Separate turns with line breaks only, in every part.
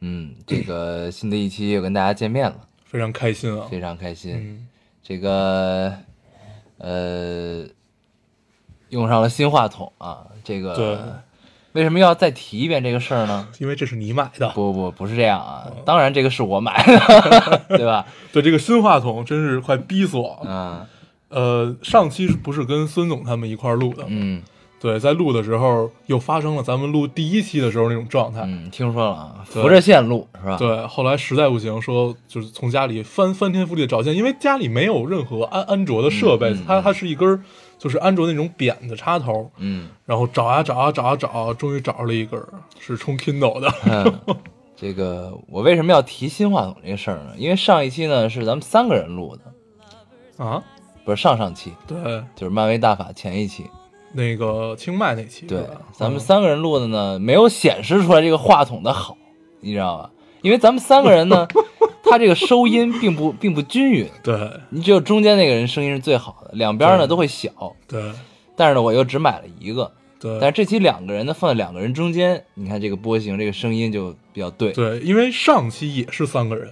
嗯，这个新的一期又跟大家见面了，
非常开心啊！
非常开心。
嗯，
这个呃，用上了新话筒啊，这个为什么要再提一遍这个事 儿呢？
因为这是你买的，
不不不是这样啊，
哦
当然这个是我买的， 对吧？
对这个新话筒真是快逼死我了。
嗯
呃，上期不是跟孙总他们一块儿录的，
嗯
对，在录的时候又发生了咱们录第一期的时候那种状态。
嗯，听说了啊，
对
扶着线路是吧？
对，后来实在不行，说就是从家里翻翻天覆地找线，因为家里没有任何安安卓的设备，
嗯嗯
它它是一根儿就是安卓那种扁的插头，
嗯
然后找啊找啊找啊找啊，终于找着了一根儿是充 Kindle 的。
嗯，这个我为什么要提新话筒这个事儿呢？因为上一期呢是咱们三个人录的，嗯
啊，
不是上上期，
对，
就是漫威大法前一期。
那个清迈那期是
对
吧，嗯
咱们三个嗯人录的呢，没有显示出来这个话筒的好，你知道吧？因为咱们三个人 呢，他这个收音并不并不均匀，
对
你只有中间那个人声音是最好的，两边呢
对
都会小。
对
但是呢，我又只买了一个，
对，
但是这期两个人呢放在两个人中间，你看这个波形，这个声音就比较对。
对，因为上期也是三个人，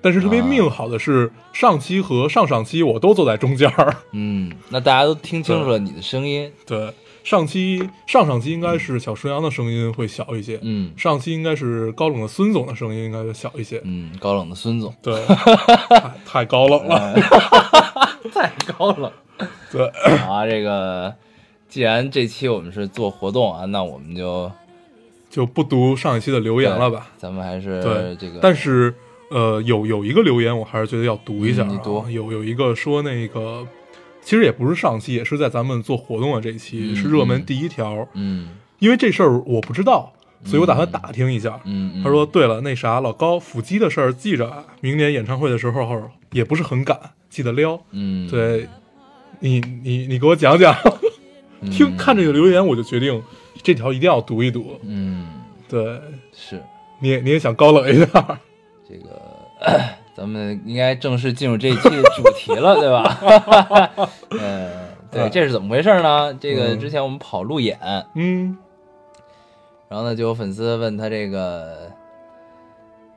但是特别
啊
命好的是、上期和上上期我都坐在中间儿。
嗯，那大家都听清楚了你的声音，
对，上期上上期应该是小纯阳的声音会小一些，
嗯
上期应该是高冷的孙总的声音应该会小一些。
嗯，高冷的孙总，
对，太太高冷
嗯
了。
太高冷。
对，
啊，这个既然这期我们是做活动啊，那我们就
就不读上一期的留言了吧。
咱们还是
对，
这个，
但是呃，有有一个留言，我还是觉得要读一下、啊
嗯你读
有有一个说那个，其实也不是上期，也是在咱们做活动的这一期，
嗯
是热门
嗯
第一条。
嗯
因为这事儿我不知道，所以我打算打听一下。
嗯，嗯
他说：“对了，那啥，老高腹肌的事儿记着啊，明年演唱会的时候也不是很赶，记得撩。
嗯，
对，你你你给我讲讲。
嗯
听看这个留言，我就决定这条一定要读一读。
嗯
对，
是
你也你也想高冷一下，
这个，咱们应该正式进入这一期的主题了，对吧？ 嗯， 对，
啊
这是怎么回事呢？这个
嗯
之前我们跑路演，
嗯，
然后呢就有粉丝问他这个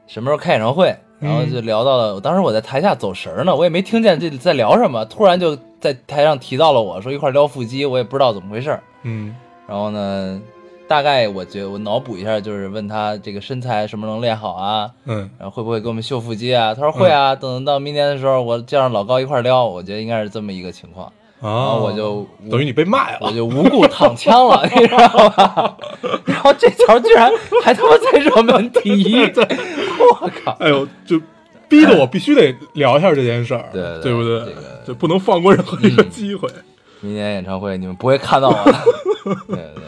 什么时候开演唱会。然后就
嗯
聊到了，当时我在台下走神儿呢，我也没听见这在聊什么，突然就在台上提到了我说一块儿撩腹肌，我也不知道怎么回事儿。
嗯
然后呢，大概我觉我脑补一下，就是问他这个身材什么能练好啊，
嗯
然后会不会给我们秀腹肌啊？他说会啊，等到明年的时候，我叫上老高一块儿撩，我觉得应该是这么一个情况。然
啊
后我就
等于你被卖
我
了，
就无故躺枪了， 你知道吧？ 然后这条居然还他妈在热门第一，我靠！
哎呦，就逼得我必须得聊一下这件事儿，
对对
对不
这个
对？就不能放过任何一个
嗯
机会。
明年演唱会你们不会看到我的。 对对对，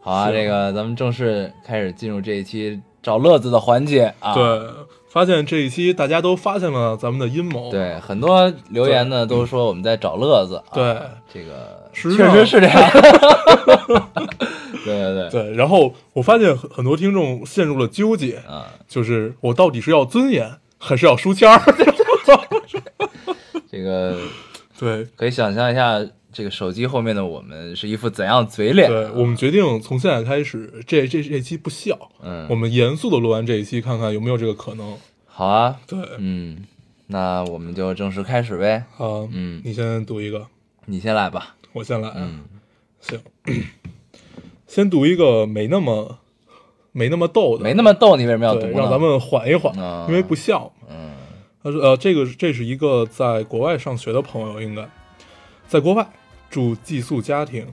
好啊，这个咱们正式开始进入这一期找乐子的环节啊。
对，发现这一期大家都发现了咱们的阴谋。，
对，很多留言呢都说我们在找乐子、啊。
对，
这个
实
确
际上
实是这样。 对对对，
对，然后我发现很很多听众陷入了纠结，
啊，
就是我到底是要尊严还是要书签儿？
这个
对，
可以想象一下，这个手机后面的我们是一副怎样的嘴脸？
对，我们决定从现在开始，这这这期不笑，
嗯，
我们严肃的录完这一期，看看有没有这个可能。
好啊，
对，
嗯，那我们就正式开始呗。
啊，
嗯
你先读一个，
你先来吧。
我先来。啊
嗯
行，先读一个没那么没那么逗的，
没那么逗，你为什么要读
对，
呢？
让咱们缓一缓，
啊
因为不笑嘛。
嗯
他说呃，这个这是一个在国外上学的朋友，应该在国外住寄宿家庭，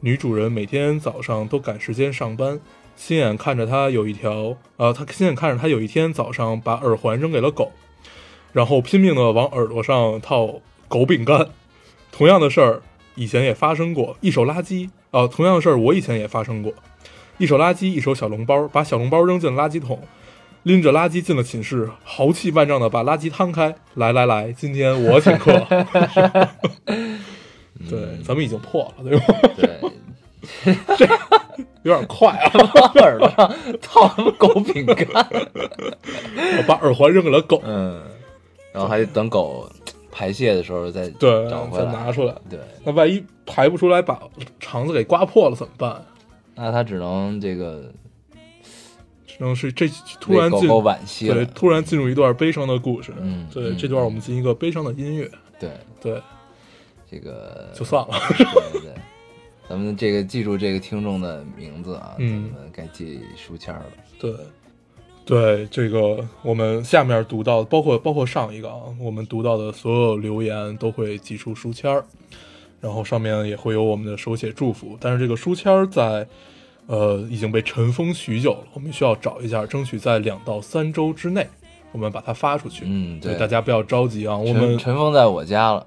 女主人每天早上都赶时间上班，亲眼看着她有一条呃，她亲眼看着她有一天早上把耳环扔给了狗，然后拼命的往耳朵上套狗饼干。同样的事儿以前也发生过，一手垃圾啊、呃同样的事儿我以前也发生过，一手垃圾，一手小笼包，把小笼包扔进垃圾桶，拎着垃圾进了寝室，豪气万丈的把垃圾摊开，来来来，今天我请 客。对，
嗯
咱们已经破了，对吧？
对，
有点快啊，
耳朵上套他妈狗饼干，
我把耳环扔给了狗。
嗯，然后还得等狗排泄的时候再
对
找，回
再
来，
拿出来。
对，
那万一排不出来，把肠子给刮破了怎么办？
那它只能这个
只能是这突
为
然
狗
进
狗惋惜
对
了，，
突然进入一段悲伤的故事。
嗯
对，
嗯
这段我们进一个悲伤的音乐。
对，
对，
这个
就算了。
对对对，咱们这个记住这个听众的名字啊，
嗯
咱们该记书签儿了。
对，对，这个我们下面读到，包括包括上一个啊，我们读到的所有留言都会寄出书签儿，然后上面也会有我们的手写祝福。但是这个书签儿在呃已经被尘封许久了，我们需要找一下，争取在两到三周之内，我们把它发出去。
嗯，
对，
对，
大家不要着急啊，我
尘
们
尘封在我家了。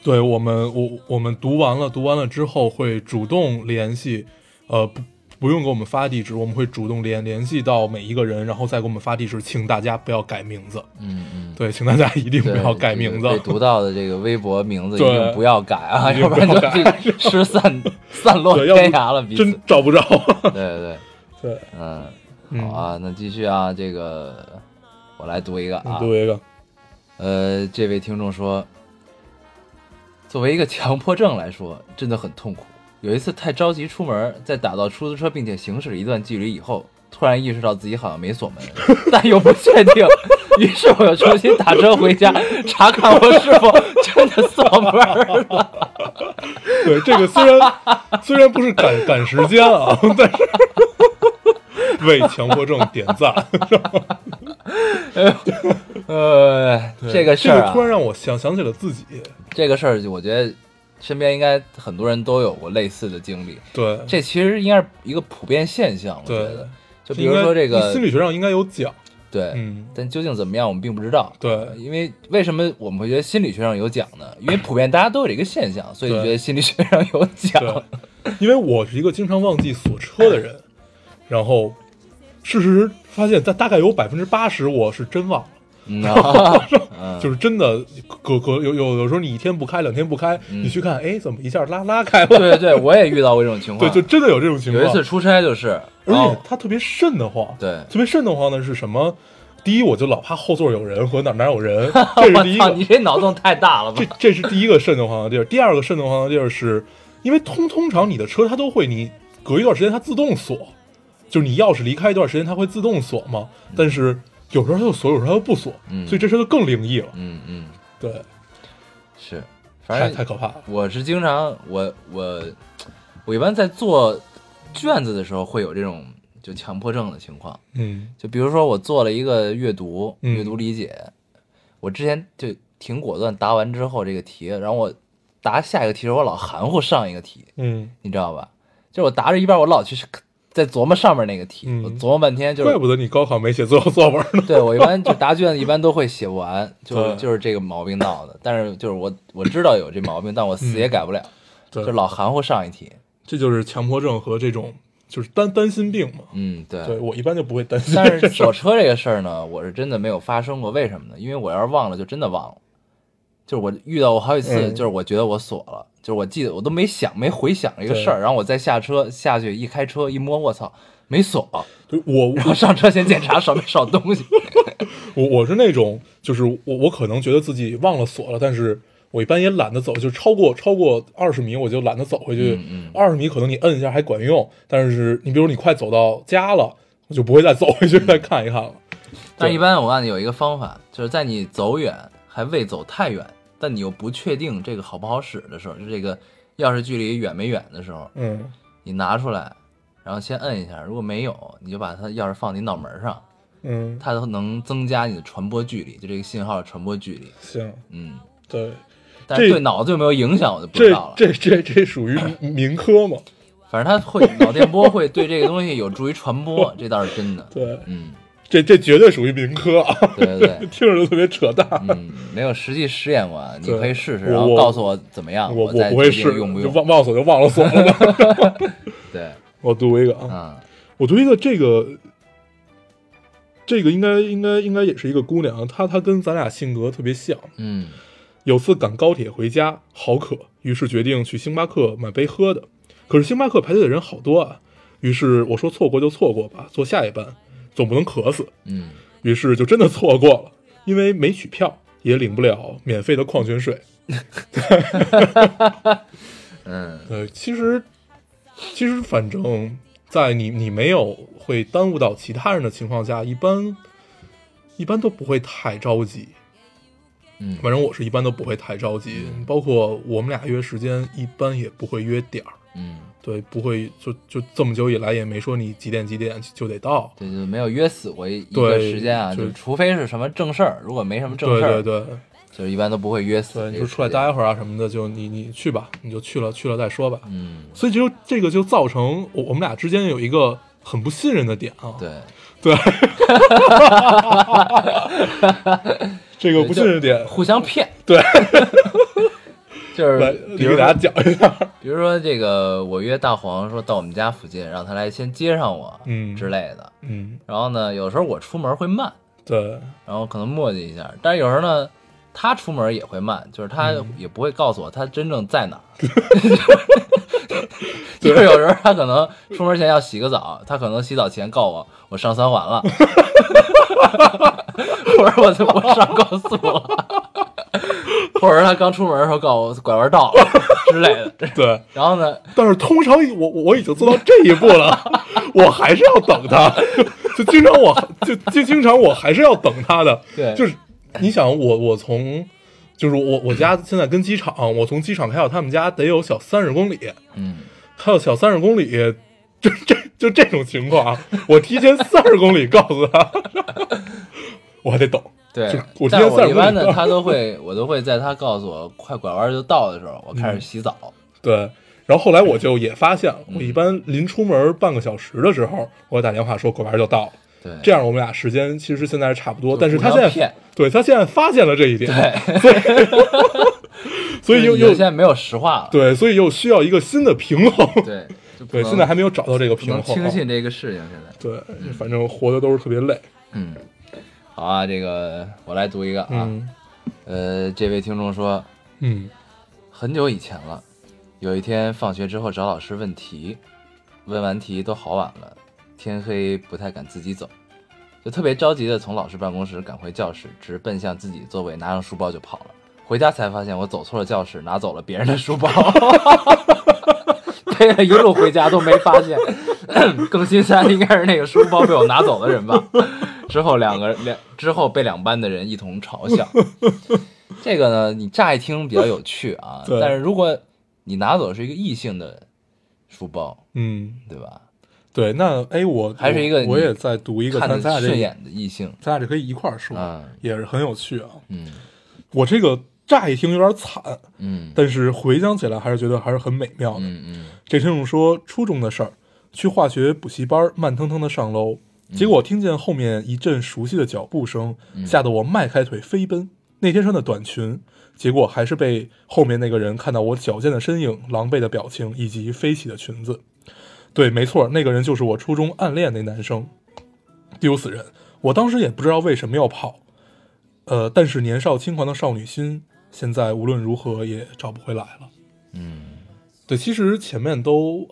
对我们，我我们读完了，读完了之后会主动联系，呃，不不用给我们发地址，我们会主动联联系到每一个人，然后再给我们发地址，请大家不要改名字。
嗯嗯，
对，请大家一定不
对
要改
这个
名字。
被 读到的这个微博名字一
对
定不要改啊，
一定
要不然
不
就
要改
这 失散散落
对，要
天
不
涯了彼此。
真找不着。
对对
对，
嗯，
嗯
好，啊，那继续啊，这个我来读一个
你
啊，
读一个，
呃，这位听众说，作为一个强迫症来说，真的很痛苦。有一次太着急出门，在打到出租车并且行驶了一段距离以后，突然意识到自己好像没 锁门，但又不确定，于是我又重新打车回家，查看我是否 真的锁门了。
对这个虽 然虽然不是赶赶时间啊， 但是为强迫症点赞。
呃， 这个事
这
儿
个
啊
突，然让我想想起了自己。
这个事儿，我觉得身边应该很多人都有过类似的经历。
对，
这其实应该是一个普遍现象，我觉
呃对
得。就比
应
如
该
说这个
心理学上应该有讲。
对，
嗯
但究竟怎么样，我们并不知道。呃
对
因为为什么我们会觉得心理学上有讲呢？因为普遍大家都有这个现象，所以
对
觉得心理学上有讲。
对，因为我是一个经常忘记锁车的人，然后事实发现，大大概有百分之八十我是真忘了。
嗯，啊嗯
就是真的，可可有有有时候你一天不开，两天不开，
嗯
你去看，哎，怎么一下拉拉开了？
对对，我也遇到过这种情
对，
况。
就真的有这种情
有
况。哎
一次，出差就是，
而
然后
且它特别瘆得慌。
对
特别瘆得慌的是什么？第一，我就老怕后座有人和哪哪有 人，这是第一
我操，
个。
你这脑洞太大了吧
这？这是第一个瘆得慌的地儿。第二个瘆得慌的地儿是，因为通通常你的车它都会，你隔一段时间它自动锁，就是你钥匙离开一段时间它会自动锁嘛。但是有时候它就锁，有时候它又不锁，
嗯
所以这车就更灵异了。
嗯嗯，
对，
是，反
太
正
太可怕了。
我是经常，我我我一般在做卷子的时候会有这种就强迫症的情况。
嗯
就比如说我做了一个阅读，
嗯
阅读理解，我之前就挺果断答完之后这个题，然后我答下一个题的时候，我老含糊上一个题，
嗯，
你知道吧？就是我答着一半，我老去在琢磨上面那个题，
嗯
我琢磨半天，就
怪
是
不得你高考没写最后作文呢。
对我一般就答卷子一般都会写不完，就
对
就是这个毛病闹的。但是就是我我知道有这毛病，但我死也改不了，
嗯对
就，老含糊上一题。
这就是强迫症和这种就是担担心病嘛。
嗯，对。
对我一般就不会担心。
但是锁车这个事儿呢，我是真的没有发生过。为什么呢？因为我要是忘了，就真的忘了。就是我遇到过好几次，
嗯
就是我觉得我锁了，就是我记得我都没想没回想这个事儿，然后我再下车下去一开车一摸，我操，没锁。
就我
然后上车先检查少没少东西。
我我是那种，就是我我可能觉得自己忘了锁了，但是我一般也懒得走，就超过超过二十米我就懒得走回去
嗯嗯。
二十、米可能你摁一下还管用，但是你比如你快走到家了，我就不会再走回
嗯
去再看一看了。
但一般我告诉你有一个方法，就是在你走远还未走太远，但你又不确定这个好不好使的时候，就这个钥匙距离远没远的时候，
嗯，
你拿出来，然后先摁一下，如果没有，你就把它钥匙放你脑门上。
嗯，
它能增加你的传播距离，就这个信号的传播距离。
行，
嗯，
对，
但是
这
对脑子有没有影响，我就不知
这
道了。
这这这属于民科嘛？
反正它会脑电波会对这个东西有助于传 播，这倒是真的。
对，
嗯，
这这绝对属于民科啊！
对对对，
听着就特别扯淡。
嗯，没有实际实验过啊，你
对
可以试试，
我
然后
我
告诉我怎么样，
我
再
不会
决
试
定，用不
就
用。
忘忘锁就忘了锁了吧。
对，
我读一个啊，
啊，
我读一个这个这个应该应该应该也是一个姑娘，她她跟咱俩性格特别像。
嗯
有次赶高铁回家，好渴，于是决定去星巴克买杯喝的。可是星巴克排队的人好多啊，于是我说错过就错过吧，坐下一班，总不能渴死。
嗯，
于是就真的错过了，因为没取票，也领不了免费的矿泉水。
嗯，
呃，其实，其实反正，在你你没有会耽误到其他人的情况下，一般一般都不会太着急。
嗯
反正我是一般都不会太着急，包括我们俩约时间，一般也不会约点儿。
嗯，
对，不会就就这么久以来也没说你几点几点就得到。
对，就没有约死过一一个
对
时间啊，
就
就除非是什么正事儿，如果没什么正
对
事儿，
对对
就是一般都不会约死。
对，你就出来待一会儿啊什么的，就你你去吧，你就去了去了再说吧。
嗯，
所以就这个就造成我我们俩之间有一个很不信任的点啊。
对，
对，这个不信任点，
互相骗。
对，
就是
来，
比
你
如
给大家
说，
讲一下。
比如说这个，我约大黄说到我们家附近，让他来先接上我，
嗯
之类的。
嗯，
然后呢，有时候我出门会慢，
对，
然后可能磨叽一下，但是有时候呢，他出门也会慢，就是他
嗯
也不会告诉我他真正在 哪儿。 就是有时候他可能出门前要洗个澡，他可能洗澡前告我我上三环了， 或者我我上高速了， 或者他刚出门的时候告我拐弯到了之类的。
对，
然后呢，
但是通常我我已经做到这一步了， 我还是要等他， 就经常我就就经常我还是要等他的，
对
就是你想我我从就是我我家现在跟机场，我从机场开到他们家得有小三十公里，
嗯，
还有小三十公里，就这就这种情况啊，我提前三十公里告诉他， 我还得等。
对
就，我今
但
天
是我
散
一
步
般呢，
你知道
他都会我都会在他告诉我快拐弯就到的时候，我开始洗澡。
对，然后后来我就也发现，我一般临出门半个小时的时候，我打电话说拐弯就到了。
对，
这样我们俩时间其实现在是差不多，
哎就
但是他
互
现
相
在
骗
对他现在发现了这一点，所以 所以又又
有现在没有实话了。
对，所以又需要一个新的平衡。
对就 不
对，
能
现在还没有找到这个
不
平
能
衡。哦
轻信这个事情。现在，
对，反正活的都是特别累。
嗯，好啊，这个我来读一个啊。
嗯
呃，这位听众说，
嗯
很久以前了，有一天放学之后找老师问题，问完题都好晚了，天黑不太敢自己走，就特别着急的从老师办公室赶回教室，直奔向自己座位，拿上书包就跑了。回家才发现我走错了教室，拿走了别人的书包， 背了一路回家都没发现。 更新三应该是那个书包被我拿走的人吧？之后两个两之后被两班的人一同嘲笑。这个呢，你乍一听比较有趣啊，
对
但是如果你拿走的是一个异性的书包，
嗯，
对吧？
对，那哎，我
还是一个
我我也在读一个，
看
咱咱俩
着顺
这
眼的异性，
咱俩这可以一块儿说，
嗯
也是很有趣啊。
嗯
我这个乍一听有点惨，
嗯
但是回想起来还是觉得还是很美妙的。
嗯嗯
这听众说初中的事儿，去化学补习班，慢腾腾的上楼，结果听见后面一阵熟悉的脚步声，吓得我迈开腿飞奔。那天穿的短裙，结果还是被后面那个人看到我矫健的身影、狼狈的表情以及飞起的裙子。对，没错，那个人就是我初中暗恋那男生，丢死人！我当时也不知道为什么要跑，呃，但是年少轻狂的少女心，现在无论如何也找不回来了。
嗯
对，其实前面都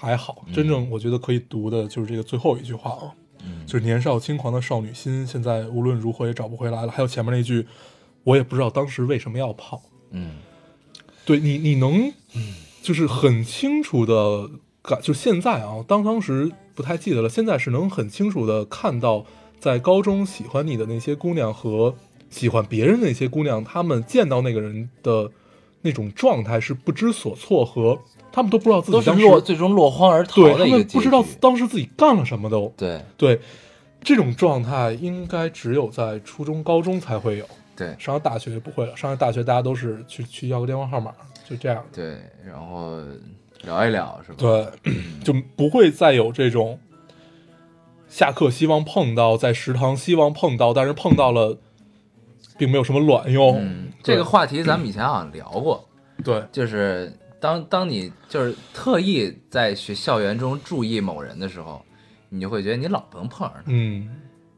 还好，真正我觉得可以读的就是这个最后一句话啊，就是年少轻狂的少女心，现在无论如何也找不回来了。还有前面那句，我也不知道当时为什么要跑。
嗯
对你，你能，就是很清楚的感，就现在啊，当当时不太记得了，现在是能很清楚的看到，在高中喜欢你的那些姑娘和喜欢别人的那些姑娘，她们见到那个人的那种状态是不知所措和。她们都不知道自
都
己
是
当时
落最终落荒而逃
对
的
他
一个
们
结局。
不知道当时自己干了什么都
对
对，这种状态应该只有在初中、高中才会有，
对
上了大学不会了。上了大学大家都是去去要个电话号码，就这样，
对，然后聊一聊是吧？
对，
嗯
就不会再有这种下课希望碰到，在食堂希望碰到，但是碰到了并没有什么卵用。
嗯，这个话题咱们以前好像聊过，
对
就是当当你就是特意在学校园中注意某人的时候，你就会觉得你老不能碰上他，
嗯，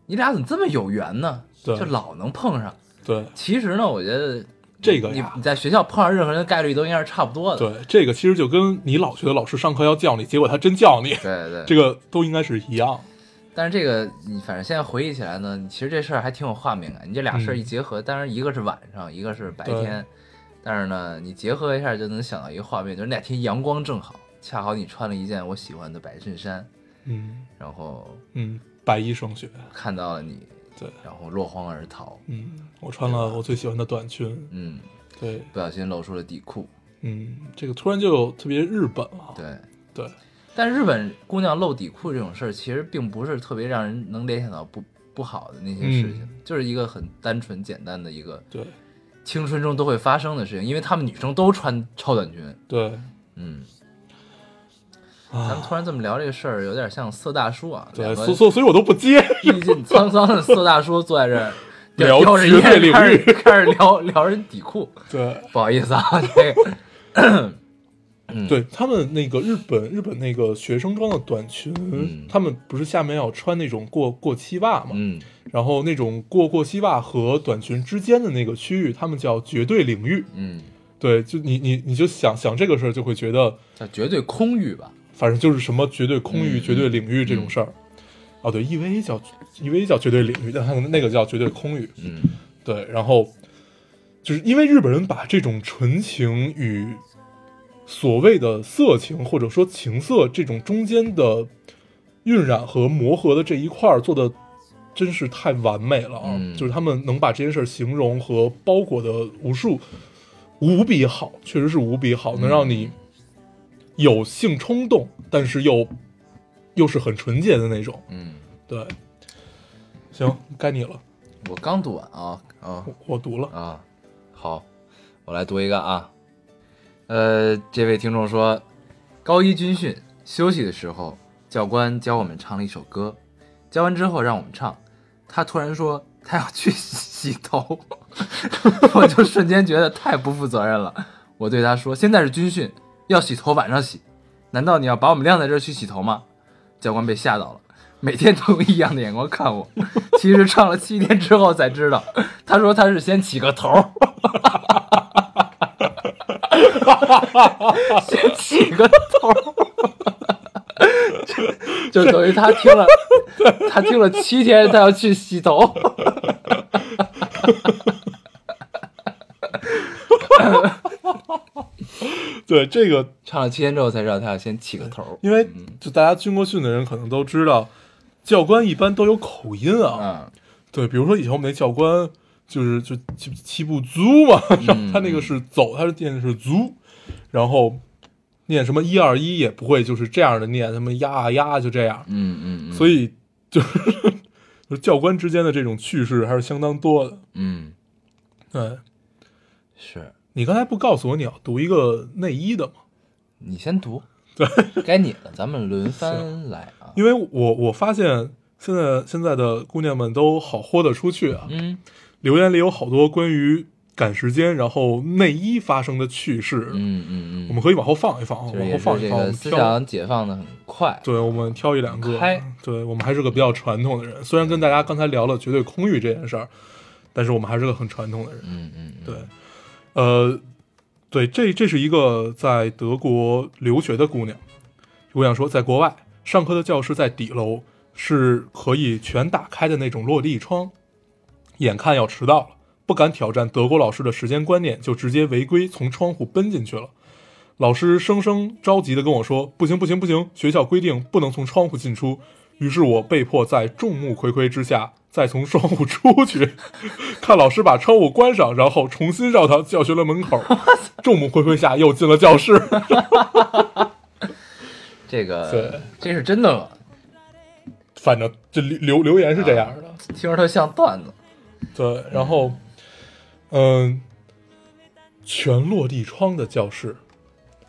你俩怎么这么有缘呢？
对
就老能碰上。
对
其实呢，我觉得
这个
你
呀
你，在学校碰上任何人的概率都应该是差不多的。
对这个其实就跟你老觉得老师上课要叫你，结果他真叫你，
对 对
这个都应该是一样。
但是这个你反正现在回忆起来呢，其实这事儿还挺有画面感。你这俩事儿
嗯
一结合，当然一个是晚上，一个是白天，但是呢，你结合一下就能想到一个画面，就是那天阳光正好，恰好你穿了一件我喜欢的白衬衫，
嗯
然后
嗯，白衣胜雪，
看到了你，
对，
然后落荒而逃，
嗯，我穿了我最喜欢的短裙，
嗯，
对，
不小心露出了底裤，
嗯，这个突然就有特别日本了，
对。
对
但日本姑娘露底裤这种事儿，其实并不是特别让人能联想到不不好的那些事情，就是一个很单纯简单的一个
对
青春中都会发生的事情，因为她们女生都穿超短裙。
对
嗯，咱们
啊，
突然这么聊这个事儿，有点像色大叔啊，
对，
两
所
个嗯
所所以我都不接，
意境沧桑的色大叔坐在这儿。
聊
叼着
绝对
烟，开
领域
始 开始聊聊人底裤，
对
不好意思啊， 这个
对，他们那个日本日本那个学生装的短裙
嗯，
他们不是下面要穿那种过过膝袜嘛，
嗯，
然后那种过过膝袜和短裙之间的那个区域，他们叫绝对领域，
嗯，
对，就你你你就想想这个事儿，就会觉得
叫绝对空域吧，
反正就是什么绝对空域、
嗯
绝对领域这种事儿。哦，对，EVA 叫 EVA 叫绝对领域，但他们那个叫绝对空域。
嗯
对，然后就是因为日本人把这种纯情与所谓的色情或者说情色这种中间的晕染和磨合的这一块儿做的真是太完美了啊！
嗯
就是他们能把这件事儿形容和包裹的无数无比好，确实是无比好，能让你有性冲动，但是又又是很纯洁的那种。
嗯，
对，行，该你了，
我刚读完啊啊
我我读了。
啊，好，我来读一个啊。呃，这位听众说，高一军训休息的时候，教官教我们唱了一首歌，教完之后让我们唱，他突然说他要去洗头， 我就瞬间觉得太不负责任了。我对他说，现在是军训，要洗头晚上洗，难道你要把我们晾在这儿去洗头吗？教官被吓到了。每天都用异样的眼光看我，其实唱了七天之后才知道，他说他是先起个头儿，先起个头儿，就就等于他听了，他听了七天，他要去洗头。
对这个，
唱了七天之后才知道他要先起个头儿，
因为就大家军过训的人可能都知道，教官一般都有口音啊。
嗯，
对，比如说以前我们那教官就是就七七步足嘛，然
嗯
后他那个是走，他是念的是足，然后念什么一二一也不会就是这样的念，他们呀啊呀就这样，
嗯嗯嗯，
所以就是 就是教官之间的这种趣事还是相当多的。
嗯
对
是
你刚才不告诉我你要读一个内衣的吗？
你先读，该你了，咱们轮番来啊。
因为我我发现现在现在的姑娘们都好豁得出去啊，
嗯
留言里有好多关于赶时间，然后内衣发生的趣事，
嗯嗯
我
嗯，
们可以往后放一放，啊，
就是
往
也
后放
是
一
这
放，我
个
们
思
挑，
想解放的很快，
对，我们挑一两个
开，
对我们还是个比较传统的人，虽然跟大家刚才聊了绝对空域这件事儿，但是我们还是个很传统的人，
嗯嗯嗯，
对，呃，对，这这是一个在德国留学的姑娘，姑娘说，在国外上课的教室在底楼，是可以全打开的那种落地窗。眼看要迟到了，不敢挑战德国老师的时间观念，就直接违规从窗户奔进去了。老师生生着急地跟我说：“不行，不行，不行！学校规定不能从窗户进出。”于是我被迫在众目睽睽之下再从 窗户出去，看老师把窗户关上，然后重新绕到教学楼门口。 众目睽睽下又进了教室。
这
对
个这是真的吗？
反正这留留留言是这样的，
听着特像段子。
对，然后，嗯，全落地窗的教室，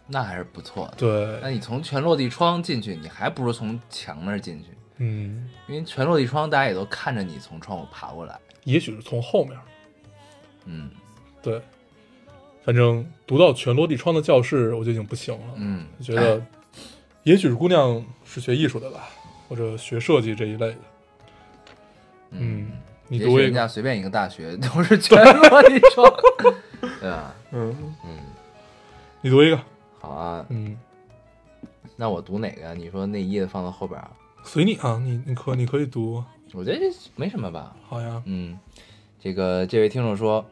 那还是不错的。
对
那，你从全落地窗进去，你还不如从墙那儿进去，
嗯，
因为全落地窗大家也都看着你从窗户爬过来。
也许是从后面，
嗯
对，反正读到全落地窗的教室，我就已经不行了，
嗯，
觉得，也许是姑娘是学艺术的吧，或者学设计这一类的，嗯，你
也
读
许
一
人
个，
家随便一个大学都是全裸，你 说对吧？
嗯，
嗯，
你读一个，
好啊，
嗯，
那我读哪个？你说那页放到后边儿啊？
随你啊，你你可你可以读，
我觉得这没什么吧。
好呀，
嗯，这个这位听众说，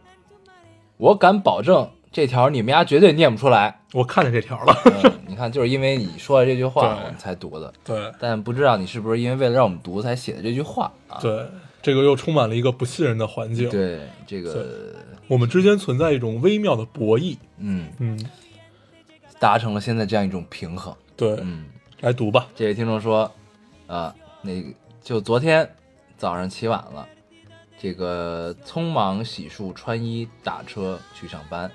我敢保证这条你们家绝对念不出来。
我看见这条了，
嗯， 你看，就是因为你说了这句话，
对
我们才读的。
对
但不知道你是不是因为为了让我们读才写的这句话啊？
对，这个又充满了一个不信任的环境，
对，这个
我们之间存在一种微妙的博弈，
嗯，
嗯，
达成了现在这样一种平衡。
对，
嗯，
来读吧，
这位听众说，啊，那个就昨天早上起晚了，这个匆忙洗漱、穿衣、打车去上班，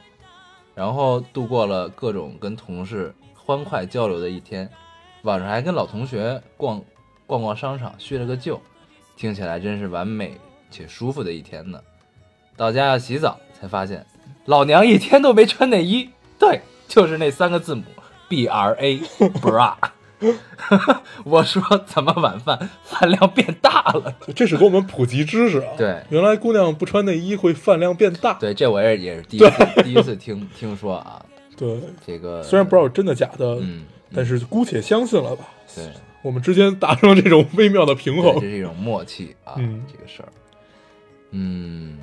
然后度过了各种跟同事欢快交流的一天，晚上还跟老同学逛逛逛商场，叙了个旧，听起来真是完美且舒服的一天呢。到家要洗澡，才发现老娘一天都没穿内衣，对，就是那三个字母 B R A bra。我 说怎么晚饭饭量变大了？
这是给我们普及知识啊，
对
原来姑娘不穿内衣会饭量变大，
对，这我也也是第一次第一次听听说啊，
对，
这 个
虽然不知道是真的假的，
嗯，
但是姑且相信了吧，
对，
我们之间达成了这种微妙的平
对这
衡，
是一种默契啊，
嗯
这个事儿，嗯，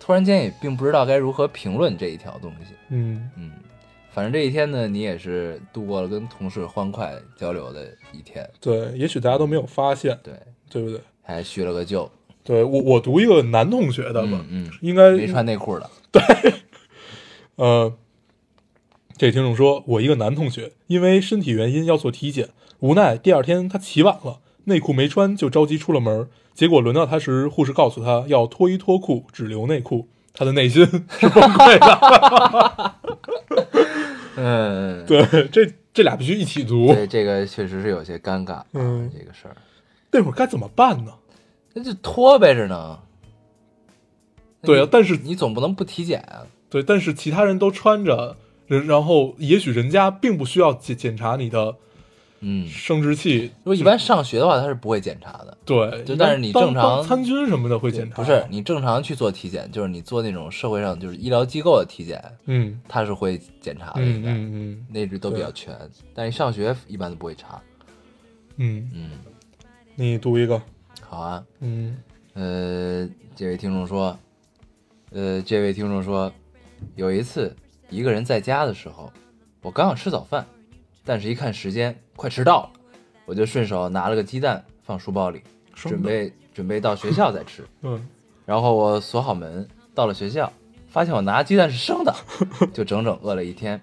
突然间也并不知道该如何评论这一条东西，
嗯，
嗯，反正这一天呢，你也是度过了跟同事欢快交流的一天，
对，也许大家都没有发现，
对，
对不对？
还叙了个旧，
对我，我读一个男同学的吧，
嗯
应该
嗯，没穿内裤的，
呃，这听众说，我一个男同学因为身体原因要做体检，无奈第二天他起晚了，内裤没穿就着急出了门儿，结果轮到他时，护士告诉他要脱衣脱裤，只留内裤。他的内心 是崩溃的。
嗯，嗯，
对，这这俩必须一起读。
对，这个确实是有些尴尬，
嗯
这个事儿，
那会儿该怎么办呢？
那就脱呗，只能。那
对啊
你，
但是
你总不能不体检啊。
对，但是其他人都穿着，人然后也许人家并不需要检检查你的
嗯，
生殖器。
如果一般上学的话，他是不会检查的。
对，
就
应
但
该
是你
当
正
当
常
参军什么的会检查，
不是，你正常去做体检，就是你做那种社会上就是医疗机构的体检，
嗯
他是会检查的，
嗯
啊应该、
嗯嗯
那只都比较全。但是上学一般都不会查。
嗯，
嗯，
你读一个，
好啊。
嗯
呃，这位听众说，呃，这位听众说，有一次一个人在家的时候，我刚想吃早饭，但是一看时间快迟到了，我就顺手拿了个鸡蛋放书包里，
生
准
的
备准备到学校再吃。
嗯，
然后我锁好门，到了学校，发现我拿鸡蛋是生 的，就整整饿了一天。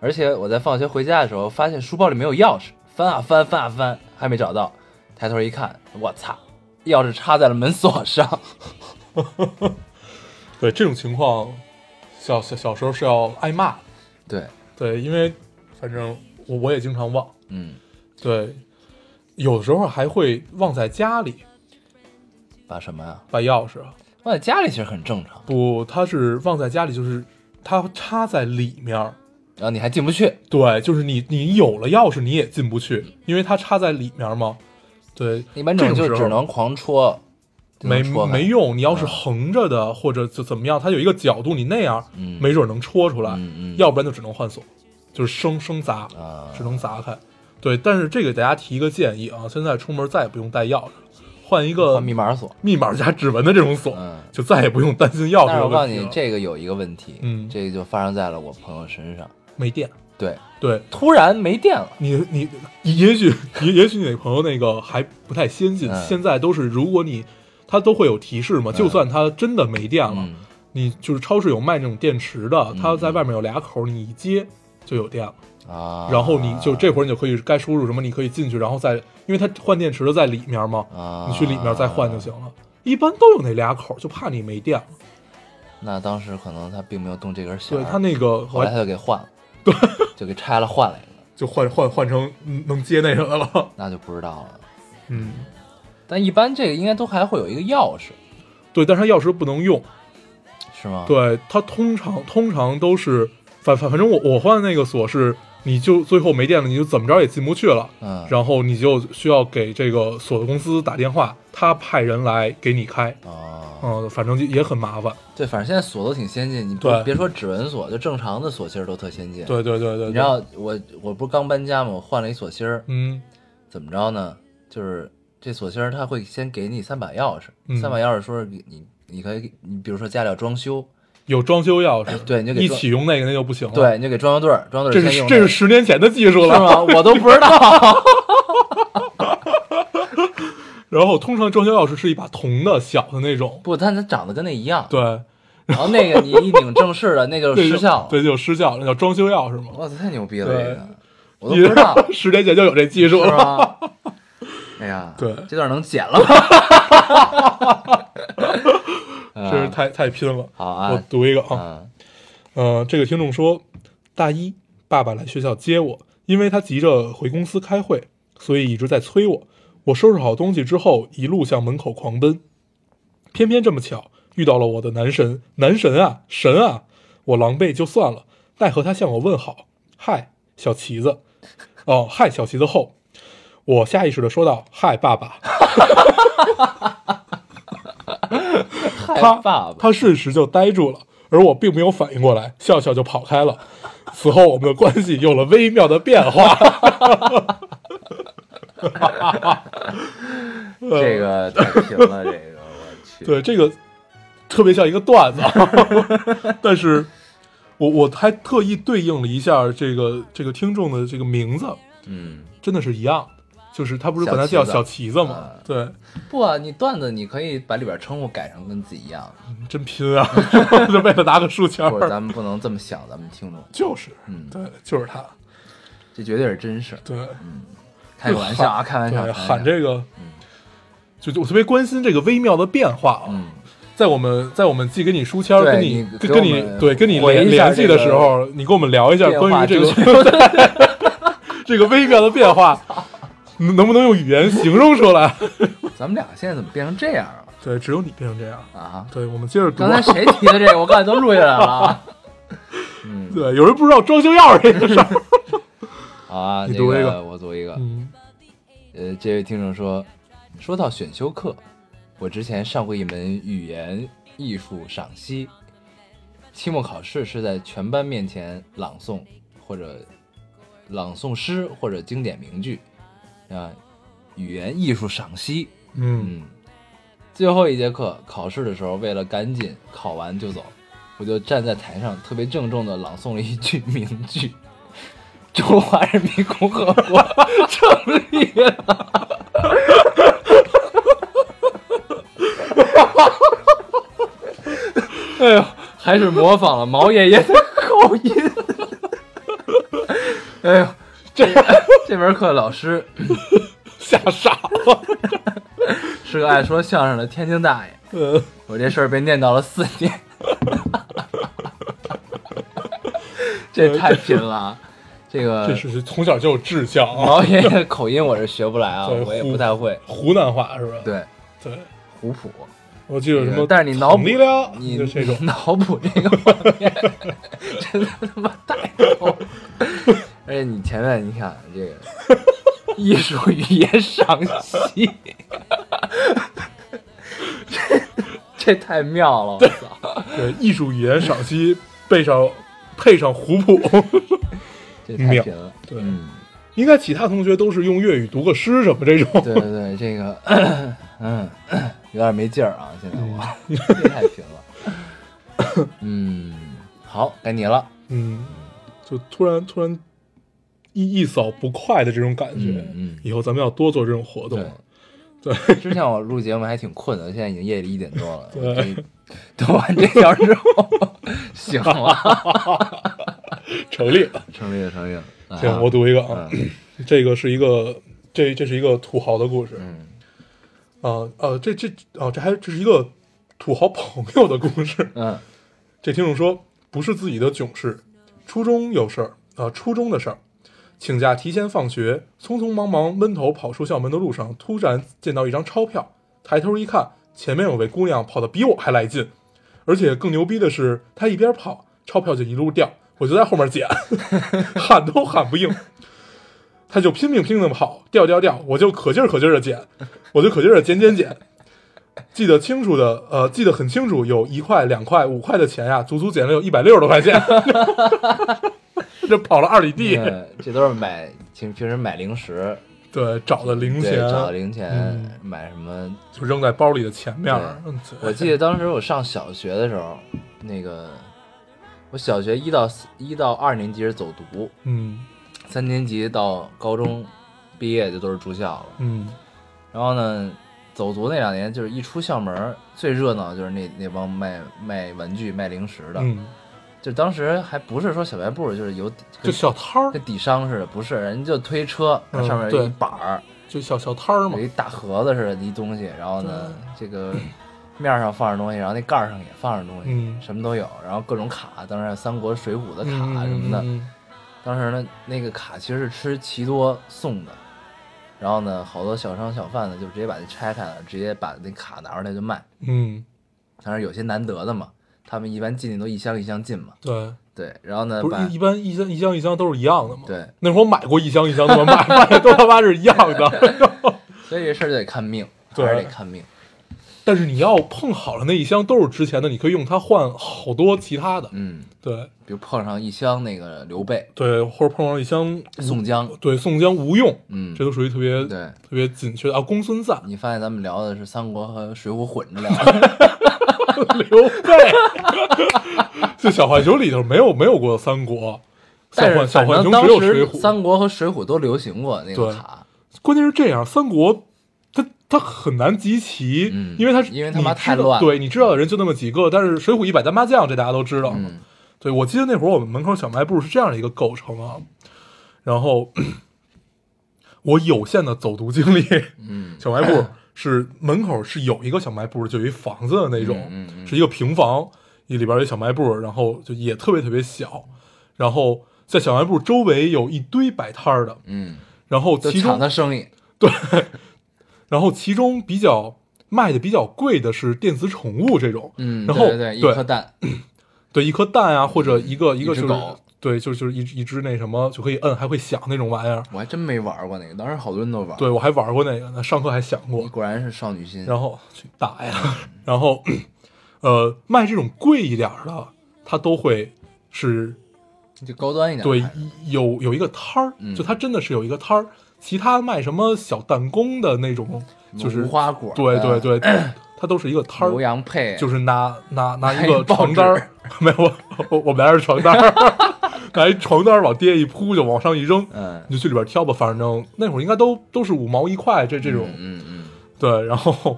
而且我在放学回家的时候，发现书包里没有钥匙，翻啊翻，翻啊翻，还没找到。抬头一看，我擦，钥匙插在了门锁上。
对这种情况，小小小时候是要挨骂的，
对，
对，因为反正我我也经常忘，
嗯，
对，有时候还会忘在家里
把什么呀？啊
把钥匙，
放在家里其实很正常，
不，他是忘在家里，就是他插在里面儿。
然后你还进不去。
对，就是你，你有了钥匙你也进不去，因为它插在里面嘛。对，
一般
这
这种
种时
就
候
只能狂戳，只能
没
戳开
没用。你要是横着的、或者就怎么样，它有一个角度，你那样、
嗯
没准能戳出来，
嗯嗯
要不然就只能换锁，就是生生砸，
啊
只能砸开。对，但是这给大家提一个建议啊，现在出门再也不用带钥匙，换一个
换密码锁。
密码加指纹的这种锁，
嗯
就再也不用担心钥匙
但是
的
我告诉
问题
你
了，。
这个有一个问题，
嗯
这个就发生在了我朋友身上。
没电，
对，
对，
突然没电了。
你你你也许也也许你那朋友那个还不太先进，
嗯
现在都是如果你它都会有提示嘛，就算它真的没电了，
嗯，
你就是超市有卖那种电池的，它在外面有俩口，你一接就有电了，
啊，
然后你就这会儿你就可以该输入什么，你可以进去，然后再因为它换电池的在里面嘛，
啊，
你去里面再换就行。了。一般都有那俩口，就怕你没电了。
那当时可能他并没有动这根弦，
对它，那个
后
后
来
来
他就给换了，对， 就给拆了换了一个，
就换换换成能接那个的了。
那就不知道了。
嗯，
但一般这个应该都还会有一个钥匙，
对，但是它钥匙不能用。
是吗？，
对，它通常通常都是反反反正我我换的那个锁是你就最后没电了，你就怎么着也进不去了。
嗯，
然后你就需要给这个锁的公司打电话，他派人来给你开。
哦，
嗯，反正就也很麻烦。
对，反正现在锁都挺先进，你不
对
别说指纹锁，就正常的锁芯儿都特先进。，
对对对对，
你知
对
道我我不是刚搬家嘛，我换了一锁芯儿，
嗯
怎么着呢？就是这锁芯儿它会先给你三把钥匙，
嗯
三把钥匙说是你你你可以，你比如说家里要装修，
有装修钥匙，
哎对你就给
一
装
起用那个那就不行了。，
对，你就给装修队儿，装修队
这
儿先
是
用
这
那
是
个
十年前的技术
是
了。
吗？我都不知道。
然后通常装修钥匙是一把铜的小的那种，
不，但它长得跟那一样。
对，
然后那个你一拧正式的，那就
那
是
就
失效了。
对，就失效，那叫装修钥匙嘛。
哇塞，太牛逼了！
对
这个我都不知道，
十年前就有这技术
是
了。
吧？哎呀，
对
这段能剪 了吗？啊
真是太太拼了。
好
我
啊！
读一个啊，
啊，
呃，这个听众说，大一爸爸来学校接我，因为他急着回公司开会，所以一直在催我。我收拾好东西之后，一路向门口狂奔，偏偏这么巧遇到了我的男神，男神啊，神啊！我狼狈就算了，奈何他向我问好，嗨，小旗子，哦，嗨，小旗子后，我下意识的说道，嗨，爸爸。
害
他
爸爸
他瞬时就呆住了，而我并没有反应过来，笑笑就跑开了。此后，我们的关系有了微妙的变 化。
这个太贫了，这个我去。
对这个特别像一个段子啊， 但是我我还特意对应了一下这个这个听众的这个名字，
嗯，
真的是一样的，就是他不是管他叫小
小
旗子吗
啊？
对，
不啊，你段子你可以把里边称呼改成跟自己一 样，
真拼啊，就为了拿个书签
或者
儿，
咱们不能这么想，咱们听众，
就是，
嗯，
对，就是他，
这绝对是真事儿，
对。
开个玩 笑啊，开玩笑，嗯
对，
开玩
喊
笑，
这个，就就我特别关心这个微妙的变化啊。
嗯，
在我们在我们寄给你书签儿，
对
跟
你
跟
给
跟
我
你
们
对跟你
回
联
一下
联系
这
的
个
时候，你给我们聊一下
变
关
化
于这
之
个 这个微妙的变 化，能能不能用语言形容出来？
咱们俩现在怎么变成这样了
对，只有你变成这样。
啊？
对，我们接着读
刚。才谁提的这个？我刚才都录下来了啊。嗯，
对，有人不知道装修钥匙这个事 儿。
好啊，
你读
这
一
个
个
我读一个。
嗯
呃，这位听众说，说到选修课，我之前上过一门语言艺术赏析，期末考试是在全班面前朗诵或者朗诵诗或者经典名句啊，语言艺术赏析，
嗯，
嗯，最后一节课考试的时候，为了赶紧考完就走，我就站在台上特别郑重的朗诵了一句名句：“中华人民共和国成立了。”哎呦，还是模仿了毛爷爷的口音。 哎呦，这这门课老师
吓傻了。
是个爱说相声的天津大爷。
呃，
我这事儿被念叨了四 年，这太拼了啊。这个
这是从小就有志向啊。
毛爷爷的口音我是学不来啊，
对
我也
胡
不太会。
湖南话是吧？
对，
对，
虎谱，
我记得什么，
但是你脑补
力量，
你
就这种。
脑补这个画面，真的他妈太逗了。而且你前面你看这个 艺术语言赏析，这这太妙了，我操！
对，艺术语言赏析背上配上胡 谱，
这太
妙
贫了。
对
嗯，
应该其他同学都是用粤语读个诗什么这种。
对对对，这个，嗯，有点没劲儿啊，现在
哎
我这 太贫了。嗯，好，该你了。
嗯，就突然突然一一扫不快的这种感觉。
嗯嗯
以后咱们要多做这种活动
对。之前我录节目还挺困的，现在已经夜里一点多了。我
对
这读完这条之后，醒了，
成立了。
成立了，成立了。啊
行，我读一个啊，这个是一个这这是一个土豪的故事。
嗯
啊呃，这这啊这还这是一个土豪朋友的故事。
嗯
这听众说不是自己的囧事，初中有事儿啊、初中的事儿，请假提前放学，匆匆忙忙闷头跑出校门的路上，突然见到一张钞票，抬头一看，前面有位姑娘跑得比我还来劲，而且更牛逼的是，她一边跑，钞票就一路掉，我就在后面捡，喊都喊不应， 他就拼命拼命的跑，掉掉掉，我就可劲儿可劲儿的捡，我就可劲儿的捡捡捡。记得清楚的，呃，记得很清楚，有一块、两块、五块的钱呀、足足捡了有一百六十多块钱， 这跑了二里地，
嗯，这都是买，其实平时买零食，
对，找的零
对，
钱，
找零钱、
嗯
买什么？
就扔在包里的前面儿。
对
嗯
我记得当时我上小学的时候，那个我小学一到四一到二年级是走读，
嗯
三年级到高中毕业就都是住校了。
嗯
然后呢，走读那两年就是一出校门儿最热闹的就是那那帮卖卖玩具、卖零食的，
嗯，
就当时还不是说小卖部，就是有
就小摊儿，
跟底商似的，不是，人家就推车，
嗯
上面有
对
一板儿，
就小小摊儿嘛
有，一大盒子似的一东西，然后呢，这个面儿上放着东西，然后那盖儿上也放着东西，
嗯
什么都有，然后各种卡，当然有三国、水浒的
嗯
卡
嗯
什么的。
嗯
当时呢，那个卡其实是吃奇多送的，然后呢，好多小商小贩呢就直接把那拆开了，直接把那卡拿出来就卖。
嗯，
但是有些难得的嘛，他们一般进去都一箱一箱进嘛。
对，
对，然后呢，
不
把
是一一般一箱一箱一箱都是一样的嘛。
对，
那会儿我买过一箱一箱的，买卖 的都他妈是一样的。
所以这事儿就得看命，
对
还是得看命。
但是你要碰好了那一箱都是值钱的，你可以用它换好多其他的。
嗯，
对
比如碰上一箱那个刘备、
对，或者碰上一箱
宋江，
对宋江吴用，
嗯，
这都属于特别
对。
特别紧缺的啊。公孙瓒、
你发现咱们聊的是三国和水浒混 着聊，
刘备，就小浣熊里头没有没有过三国，小
但
浣
是
小
反
浣
正
熊
当
只有水
时
浒。
三国和水浒都流行过那个
对
卡，
关键是这样，三国它它很难集齐，
嗯
因为它
因为他
你
妈
知
太
道
乱了
对，你知道的人就那么几个，但是水浒一百单八将这大家都知道嘛。
嗯
对，我记得那会儿我们门口小卖部是这样的一个构成啊，然后我有限的走读经历，
嗯
小卖部是门口是有一个小卖部，就有一房子的那种，
嗯嗯嗯
是一个平房，里边有一小卖部，然后就也特别特别小，然后在小卖部周围有一堆摆摊儿的，
嗯，
然后
就
其
抢他
中
生意，
然后其中比较卖的比较贵的是电子宠物这种，
嗯，
然后
对对对，一颗蛋，
对，一颗蛋啊，或者一个一个
一只
就是
狗
对，就是就是一一只那什么就可以摁还会响那种玩意儿。
我还真没玩过那个，当时好多人都玩，
对，我还玩过那个呢，上课还响
你
过。
果然是少女心，
然后去打呀， 然后呃，卖这种贵一点儿的，它都会是
就高端一点，
对有有一个摊儿，
嗯
就它真的是有一个摊儿。其他卖什么小弹弓的那种，就
什
是
么无花果的
对对对，它都是一个摊
牛
儿，
羊配，
就是拿拿拿
拿
一
一
个
报
床单
纸
儿，没有，我我我们拿着床单儿， 拿一床单儿往地下一铺，就往上一扔，
嗯
你就去里边挑吧。反正那会儿应该都都是五毛一块，这这种，
嗯嗯
对，然后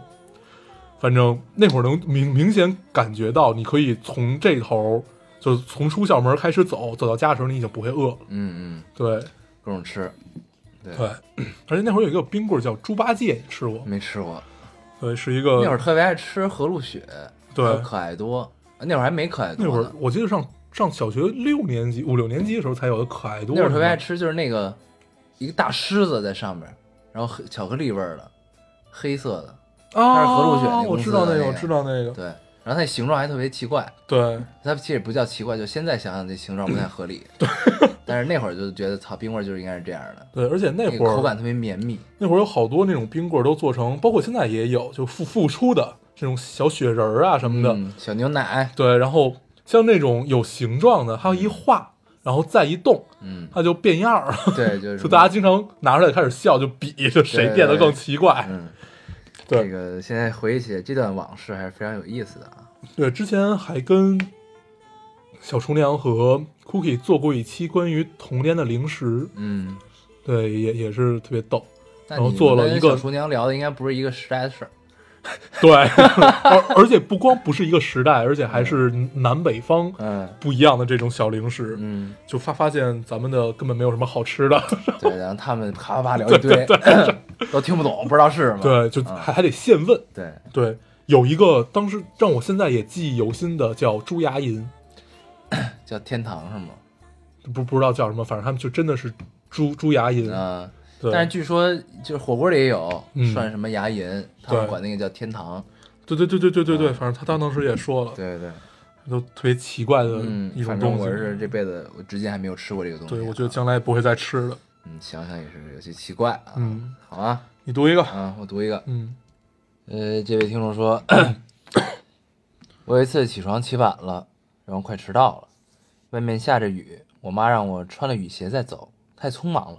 反正那会儿能明明显感觉到，你可以从这头，就是从出校门开始走，走到家的时候，你已经不会饿了。
嗯嗯，
对
各种吃，对
对， 而且那会儿有一个冰棍儿叫猪八戒，你吃过？
没吃过，
对，是一
那会儿
个
特别爱吃河路雪，
呃对
还有可爱多，啊那会儿还没可爱
那
多呢，
会儿我记得上上小学六年级、五六年级的时候才有的可爱多。
那会儿特别爱吃，就是那个一个大狮子在上面，然后黑巧克力味儿的，黑色的，它
啊，
是河路雪那
我
公司
知道
的
那
那
我
个
知道那个，
对，然后它形状还特别奇怪，
对
它其实也不叫奇怪，就现在想想这形状不太合理， 但是那会儿就觉得操冰棍儿就是应该是这样的，
对，而且那
那个
会
口
儿
感特别绵密，
那会儿有好多那种冰棍儿都做成，包括现在也有，就复复出的这种小雪人儿啊什么的，
嗯，小 牛奶，
对，然后像那种有形状的，它一画，然后再一动，
嗯，
它就变样儿。
对，就是
就大家经常拿出来开始笑，就比就谁变得更奇怪。
嗯，
对
这个现在回忆起这段往事还是非常有意思的啊，
对，之前还跟小厨娘和 Cookie 做过一期关于童年的零食，
嗯，
对，也也是特别逗。
那
然后
你
做了
跟
一个
小厨娘聊的应该不是一个时代的 事儿，
对， 而而且不光不是一个时代，而且还是南北方
嗯
不一样的这种小零食，
嗯。啊
就发发现咱们的根本没有什么好吃的。
对，然后他们啪啪啪聊一堆， 都听不懂，不知道是什么。
对，就
啊
还还得现问。
对，
对，有一个当时让我现在也记忆犹新的叫猪牙银，
叫天堂是吗？
不不知道叫什么，反正他们就真的是猪猪牙银。
嗯，
对，
但是据说就是火锅里也有
嗯
涮什么牙龈，他们
对
管那个叫天堂。
对对对对对对对，反正他他当时也说了，
对对，
都特别奇怪的
嗯
呃一，种
反正
东西。
我是这辈子我至今还没有吃过这个东西啊。
对，我觉得将来不会再吃了。
嗯，想想也是有些奇怪啊。
嗯，
好啊，
你读一个，
啊，我读一个。
嗯
呃，这位听众说，我有一次起床起晚了，然后快迟到了，外面下着雨，我妈让我穿了雨鞋再走，太匆忙了。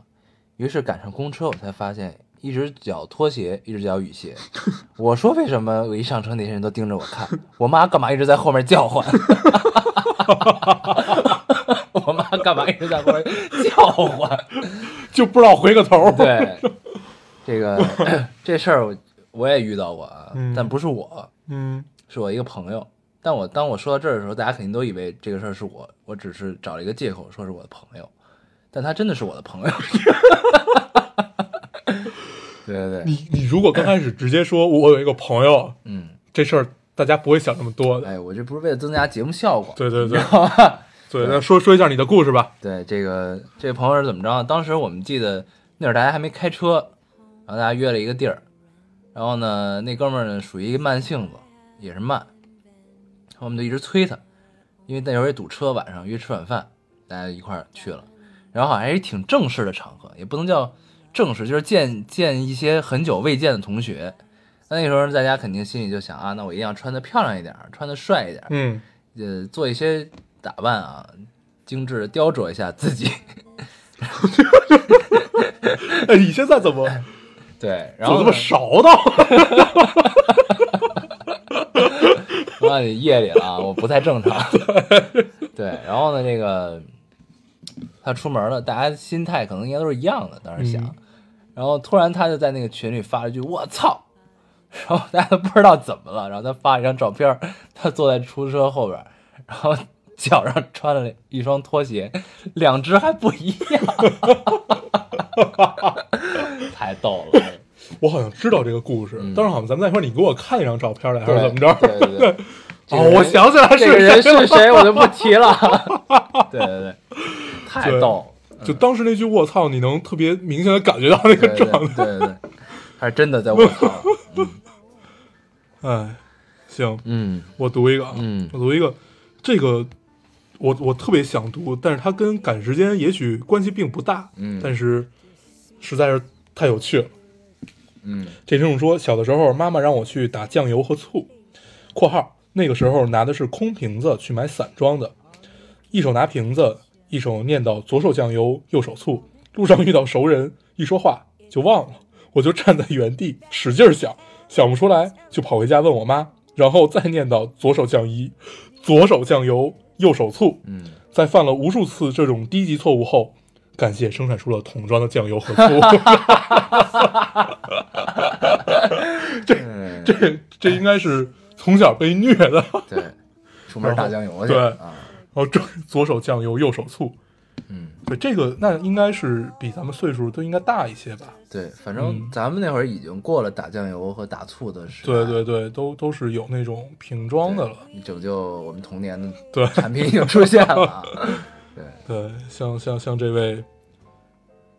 于是赶上公车，我才发现一只脚拖鞋，一只脚雨鞋。我说为什么我一上车那些人都盯着我看？我妈干嘛一直在后面叫唤？ 我妈干嘛一直在后面叫唤？
就不知道回个头 儿。
对，这个 这事儿我我也遇到过啊，
嗯
但不是我，
嗯
是我一个朋友。但我当我说到这儿的时候，大家肯定都以为这个事儿是我，我只是找了一个借口说是我的朋友，但他真的是我的朋友。对对对，
你你如果刚开始直接说我有一个朋友
嗯，
这事儿，大家不会想那么多的。
哎，我这不是为了增加节目效果，
对 对对，对，那说说一下你的故事吧。
对，这个这个朋友是怎么着啊？当时我们记得那会儿大家还没开车，然后大家约了一个地儿，然后呢，那哥们儿呢属于一个慢性子，也是慢，我们就一直催他，因为那会儿也堵车，晚上约吃晚饭，大家一块儿去了，然后好像还是挺正式的场合，也不能叫正式，就是见见一些很久未见的同学。那时候大家肯定心里就想啊，那我一定要穿的漂亮一点儿，穿的帅一点儿，
嗯
呃，做一些打扮啊，精致地雕琢一下自己。
哎，你现在怎么
对，
怎
然
么
后
这么勺到？
那夜里了啊，我不太正常。 对，然后呢，这个他出门了，大家心态可能应该都是一样的，当时想。
嗯
然后突然他就在那个群里发了一句“我操”，然后大家都不知道怎么了，然后他发了一张照片，他坐在出租车后边，然后脚上穿了一双拖鞋，两只还不一 样，太逗 了。
我好像知道这个故事，
嗯
当时好像咱们在一块儿，你给我看一张照片来，还是
对
怎么着？
对对 对，这个
哦，
人
我想起来是
这个人
谁了
是谁我就不 提了。对对对，太
对
逗了，
就当时那句“我操”，你能特别明显的感觉到那个
对对
状
对
态。
对对，他是真的在我操。
哎，行，
嗯
我读一个啊，
嗯
我读一个，这个我我特别想读，但是它跟赶时间也许关系并不大，
嗯
但是实在是太有趣了。
嗯
这听众说，小的时候妈妈让我去打酱油和醋（括号那个时候拿的是空瓶子去买散装的），一手拿瓶子，一手念叨左手酱油，右手醋。路上遇到熟人，一说话就忘了，我就站在原地使劲儿想，想不出来就跑回家问我妈，然后再念叨左手酱一，左手酱油，右手醋。
嗯，
在犯了无数次这种低级错误后，感谢生产出了桶装的酱油和醋。
嗯
这这应该是从小被虐的。
对，出门打酱油去。
对
啊，
然后左左手酱油，右手醋。
嗯，
对，这个那应该是比咱们岁数都应该大一些吧？
对，反正咱们那会儿已经过了打酱油和打醋的时代。
嗯对对对，都都是有那种瓶装的了。
对，拯救我们童年的
对
产品已经出现了啊。 对，
对，像像像这位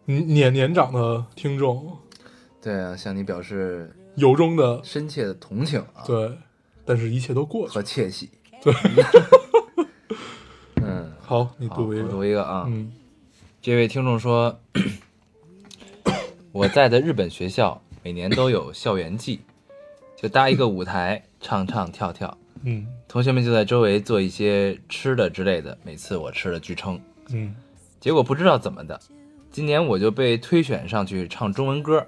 年年年长的听众，
对啊，向你表示
由衷的
深切的同情啊。
对，但是一切都过去了。
和窃喜。对， 嗯，
好，你
好
读一
我
个
读，一个啊。
嗯
这位听众说， 我在的日本学校每年都有校园季，就搭一个舞台，唱唱跳跳，
嗯
同学们就在周围做一些吃的之类的。每次我吃了巨撑，
嗯，
结果不知道怎么的，今年我就被推选上去唱中文歌。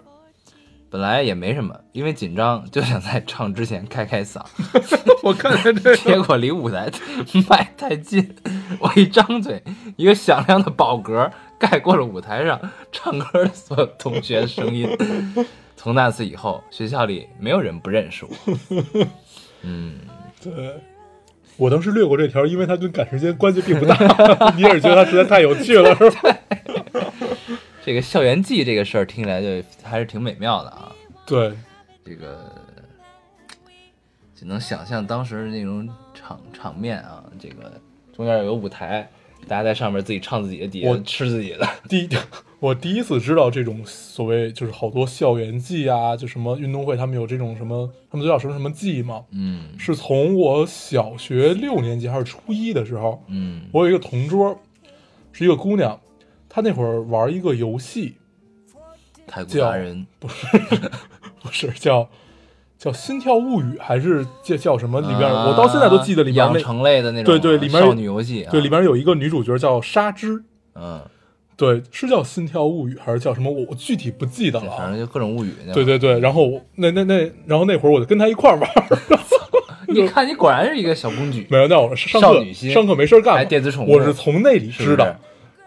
本来也没什么，因为紧张就想在唱之前开开嗓，
我看看这
结果离舞台迈太 近，我一张嘴，一个响亮的饱嗝盖过了舞台上唱歌的所有同学的声音。 从那次以后，学校里没有人不认识我。嗯，
对。我当时略过这条，因为它跟赶时间关系并不大。 你也是觉得它实在太有趣了，是吧？
这个校园季这个事儿听起来就还是挺美妙的啊。
对，
这个只能想象当时那种场场面啊，这个中间有个舞台，大家在上面自己唱自己的，底下
我
吃自己的。
第一， 我第一次知道这种所谓就是好多校园季啊，就什么运动会，他们有这种什么，他们都叫什么什么季嘛，
嗯
是从我小学六年级还是初一的时候，
嗯
我有一个同桌，是一个姑娘，她那会儿玩一个游戏，
嗯太古
叫
达人，
不是叫叫《心跳物语》还是叫叫什么？里边、我到现在都记得里边
呃啊
那
养成类的那种，
对对里面
少女游戏、啊，
对里边有一个女主角叫纱织，
嗯，
对，是叫《心跳物语》还是叫什么？我我具体不记得
对
了
反
啊。
正就各种物语那样。
对对对，然后我那那那，然后那会儿我就跟她一块儿玩儿，
你看你果然是一个小公举，
没有，那我是上
少
课
女心
上课没事儿干嘛
还电子宠物
我是从那里知道，
是不是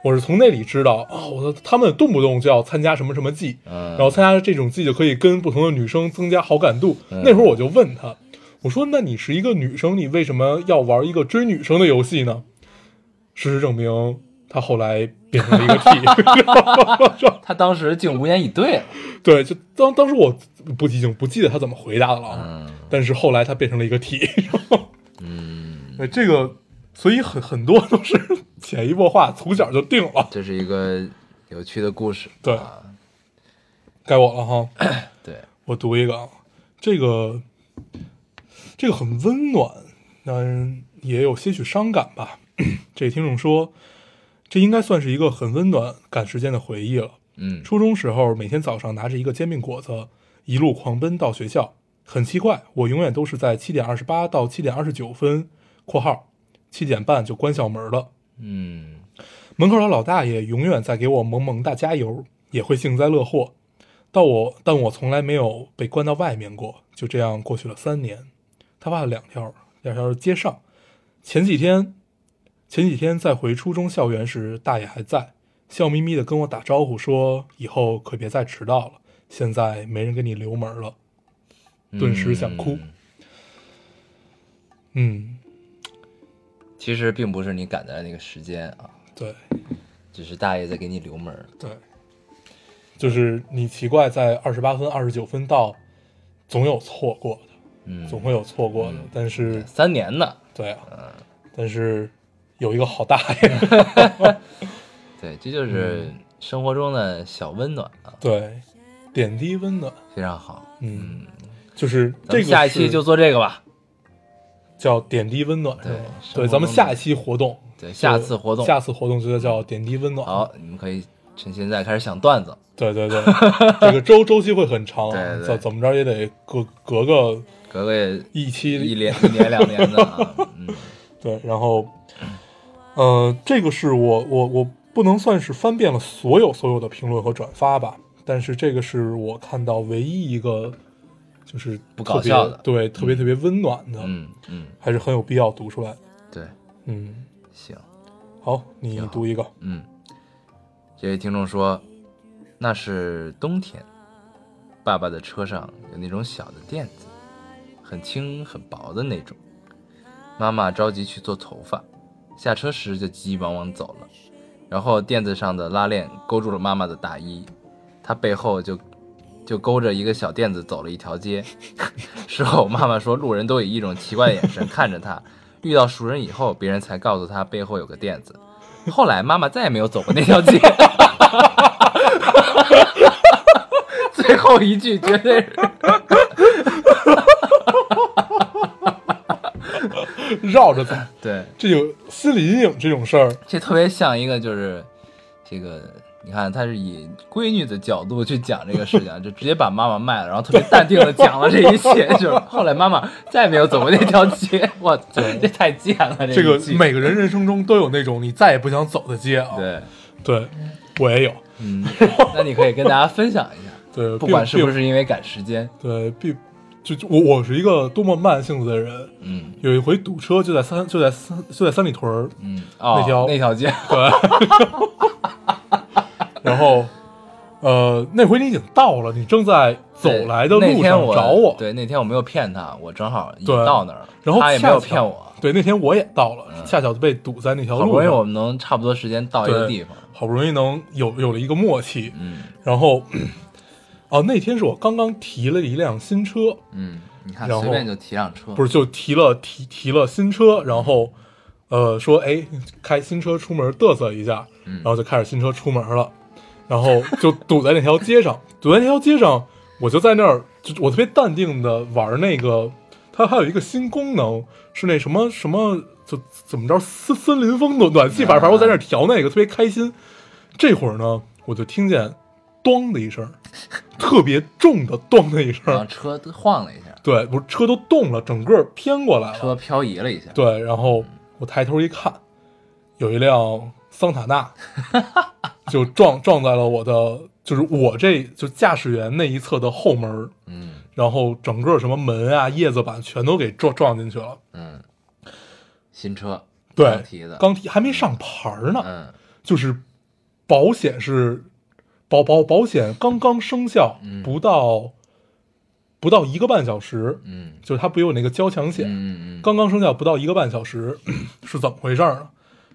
我是从那里知道啊、我说他们动不动就要参加什么什么季，
嗯
然后参加这种季就可以跟不同的女生增加好感度。
嗯
那会儿我就问他，我说：“那你是一个女生，你为什么要玩一个追女生的游戏呢？”事实证明，他后来变成了一个 T。
他当时竟无言以对了。
对，就当当时我不已经不记得他怎么回答的了啊。
嗯
但是后来他变成了一个 T，嗯， 对这个，所以很很多都是潜移默化，从小就定了。
这是一个有趣的故事。
对
啊、
该我了哈，
对，
我读一个啊，这个这个很温暖，但也有些许伤感吧。 这听众说，这应该算是一个很温暖赶时间的回忆了。
嗯
初中时候，每天早上拿着一个煎饼果子，一路狂奔到学校。很奇怪，我永远都是在七点二十八到七点二十九分（括号七点半）就关校门了。
嗯，
门口的老大爷永远在给我萌萌哒加油，也会幸灾乐祸。到我，但我从来没有被关到外面过。就这样过去了三年。他爸两条，两条是街上。前几天，前几天在回初中校园时，大爷还在，笑眯眯的跟我打招呼说：“以后可别再迟到了，现在没人给你留门了。”顿时想哭
嗯
嗯，
其实并不是你赶在那个时间啊，
对
只是大爷在给你留门儿。
对，就是你奇怪，在二十八分、二十九分到，总有错过的。
嗯，嗯
总会有错过的。但是，
三年呢。
对啊，但是有一个好大 爷，
对，这就是生活中的小温暖啊，
对，点滴温暖，
非常好。
嗯，就是
咱
这
们
个
下一期
是
就做这个吧。
叫点滴温暖，是吗？
对生活
对，咱们
中
下
的
一期活动，
对，
就
下次活动，
下次活动就叫点滴温暖。
好，你们可以趁现在开始想段子，
对 对对，这个周周期会很长啊，
对对
怎怎么着也得隔隔个
格格也
一
一
期，
年一年两年的啊。嗯，
对，然后，呃，这个是我我我不能算是翻遍了所有所有的评论和转发吧，但是这个是我看到唯一一个就是
不
特
搞
别
笑的
对，特别特别温暖的，
嗯嗯，
还是很有必要读出来。
对，
嗯，
行，
好，你
挺好
读一个，
嗯。这位听众说，那是冬天，爸爸的车上有那种小的垫子，很轻很薄的那种。妈妈着急去做头发，下车时就急急忙忙走了，然后垫子上的拉链勾住了妈妈的大衣，她背后就就勾着一个小垫子走了一条街。事后妈妈说，路人都以一种奇怪的眼神看着她，遇到熟人以后，别人才告诉她背后有个垫子。 后来妈妈再也没有走过那条街。最后一句绝对是
绕着走，
对，
这有心理阴影这种事儿，
这特别像一个就是这个，你看他是以闺女的角度去讲这个事情，就直接把妈妈卖了，然后特别淡定的讲了这一切，就是后来妈妈再也没有走过那条 街，我操，这太贱了，
这个
一句
每个人人生中都有那种你再也不想走的街啊。
对，
对，我也有。
嗯，那你可以跟大家分享一下，
对，
不管
并
是不是因为赶时间，
对，并就就我我是一个多么慢性子的人。
嗯
有一回堵车就在三就在三就在三里屯儿，
嗯，哦，
那条
那条街，
对， 然后呃那回你已经到了，你正在走
对
来的
那
路
天
上
我
找我，
对，那天我没有骗他，我正好已经
对
到那儿了，
然后
他也没有
恰巧
骗我，嗯
对，那天我也到了，恰巧就被堵在那条
好不
路
容易
上，
我们能差不多时间到一个
对
地方，
好不容易能有有了一个默契，
嗯
然后。 哦，那天是我刚刚提了一辆新车，
嗯，你看
然后
嗯随便就提辆车，
不是就提了提提了新车，然后呃，说哎，开新车出门嘚瑟一下，
嗯
然后就开着新车出门了，然后就堵在那条街上，堵在那条街上，我就在那儿，就我特别淡定的玩那个，它还有一个新功能是那什么什么，就怎么着森森林风暖暖气反正我在那儿调那个，特别开心。这会儿呢，我就听见咣的一声，特别重的咣的一
然后
声，
车都晃了一下，
对，不是车都动了，整个偏过来了，
车漂移了一下，
对，然后我抬头一看，有一辆桑塔纳 就撞撞在了我的，就是我这就驾驶员那一侧的后门儿，
嗯
然后整个什么门啊、叶子板全都给撞撞进去了。
嗯，新车，
对
刚，提的，
刚提还没上牌儿呢，
嗯
就是保险是保保保险刚刚生效，不到不到一个半小时，
嗯
就是它不有那个交强险，
嗯嗯嗯，
刚刚生效不到一个半小时，是怎么回事儿呢？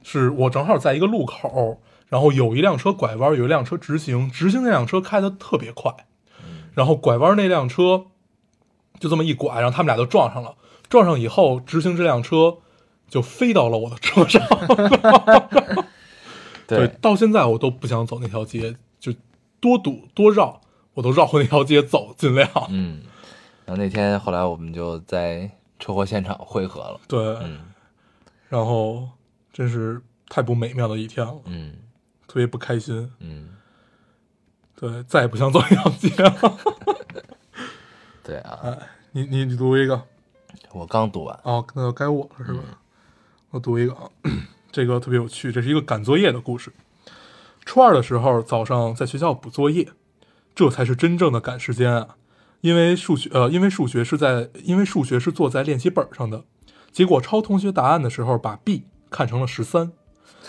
是我正好在一个路口，然后有一辆车拐弯，有一辆车直行，直行那辆车开的特别快，
嗯
然后拐弯那辆车就这么一拐，然后他们俩就撞上了。撞上以后，直行这辆车就飞到了我的车上。
对，
到现在我都不想走那条街，就多堵多绕，我都绕回那条街走，尽量。
嗯，然后那天后来我们就在车祸现场汇合了，
对，
嗯
然后真是太不美妙的一天了，
嗯
特别不开心。
嗯，
对，再也不想走一条街了。
对啊，
你你你读一个
我刚读完，
哦，那就该我了是吧？我读一个啊，这个特别有趣，这是一个赶作业的故事。初二的时候，早上在学校补作业，这才是真正的赶时间啊！因为数学，呃，因为数学是在，因为数学是坐在练习本上的，结果抄同学答案的时候，把 B 看成了十三，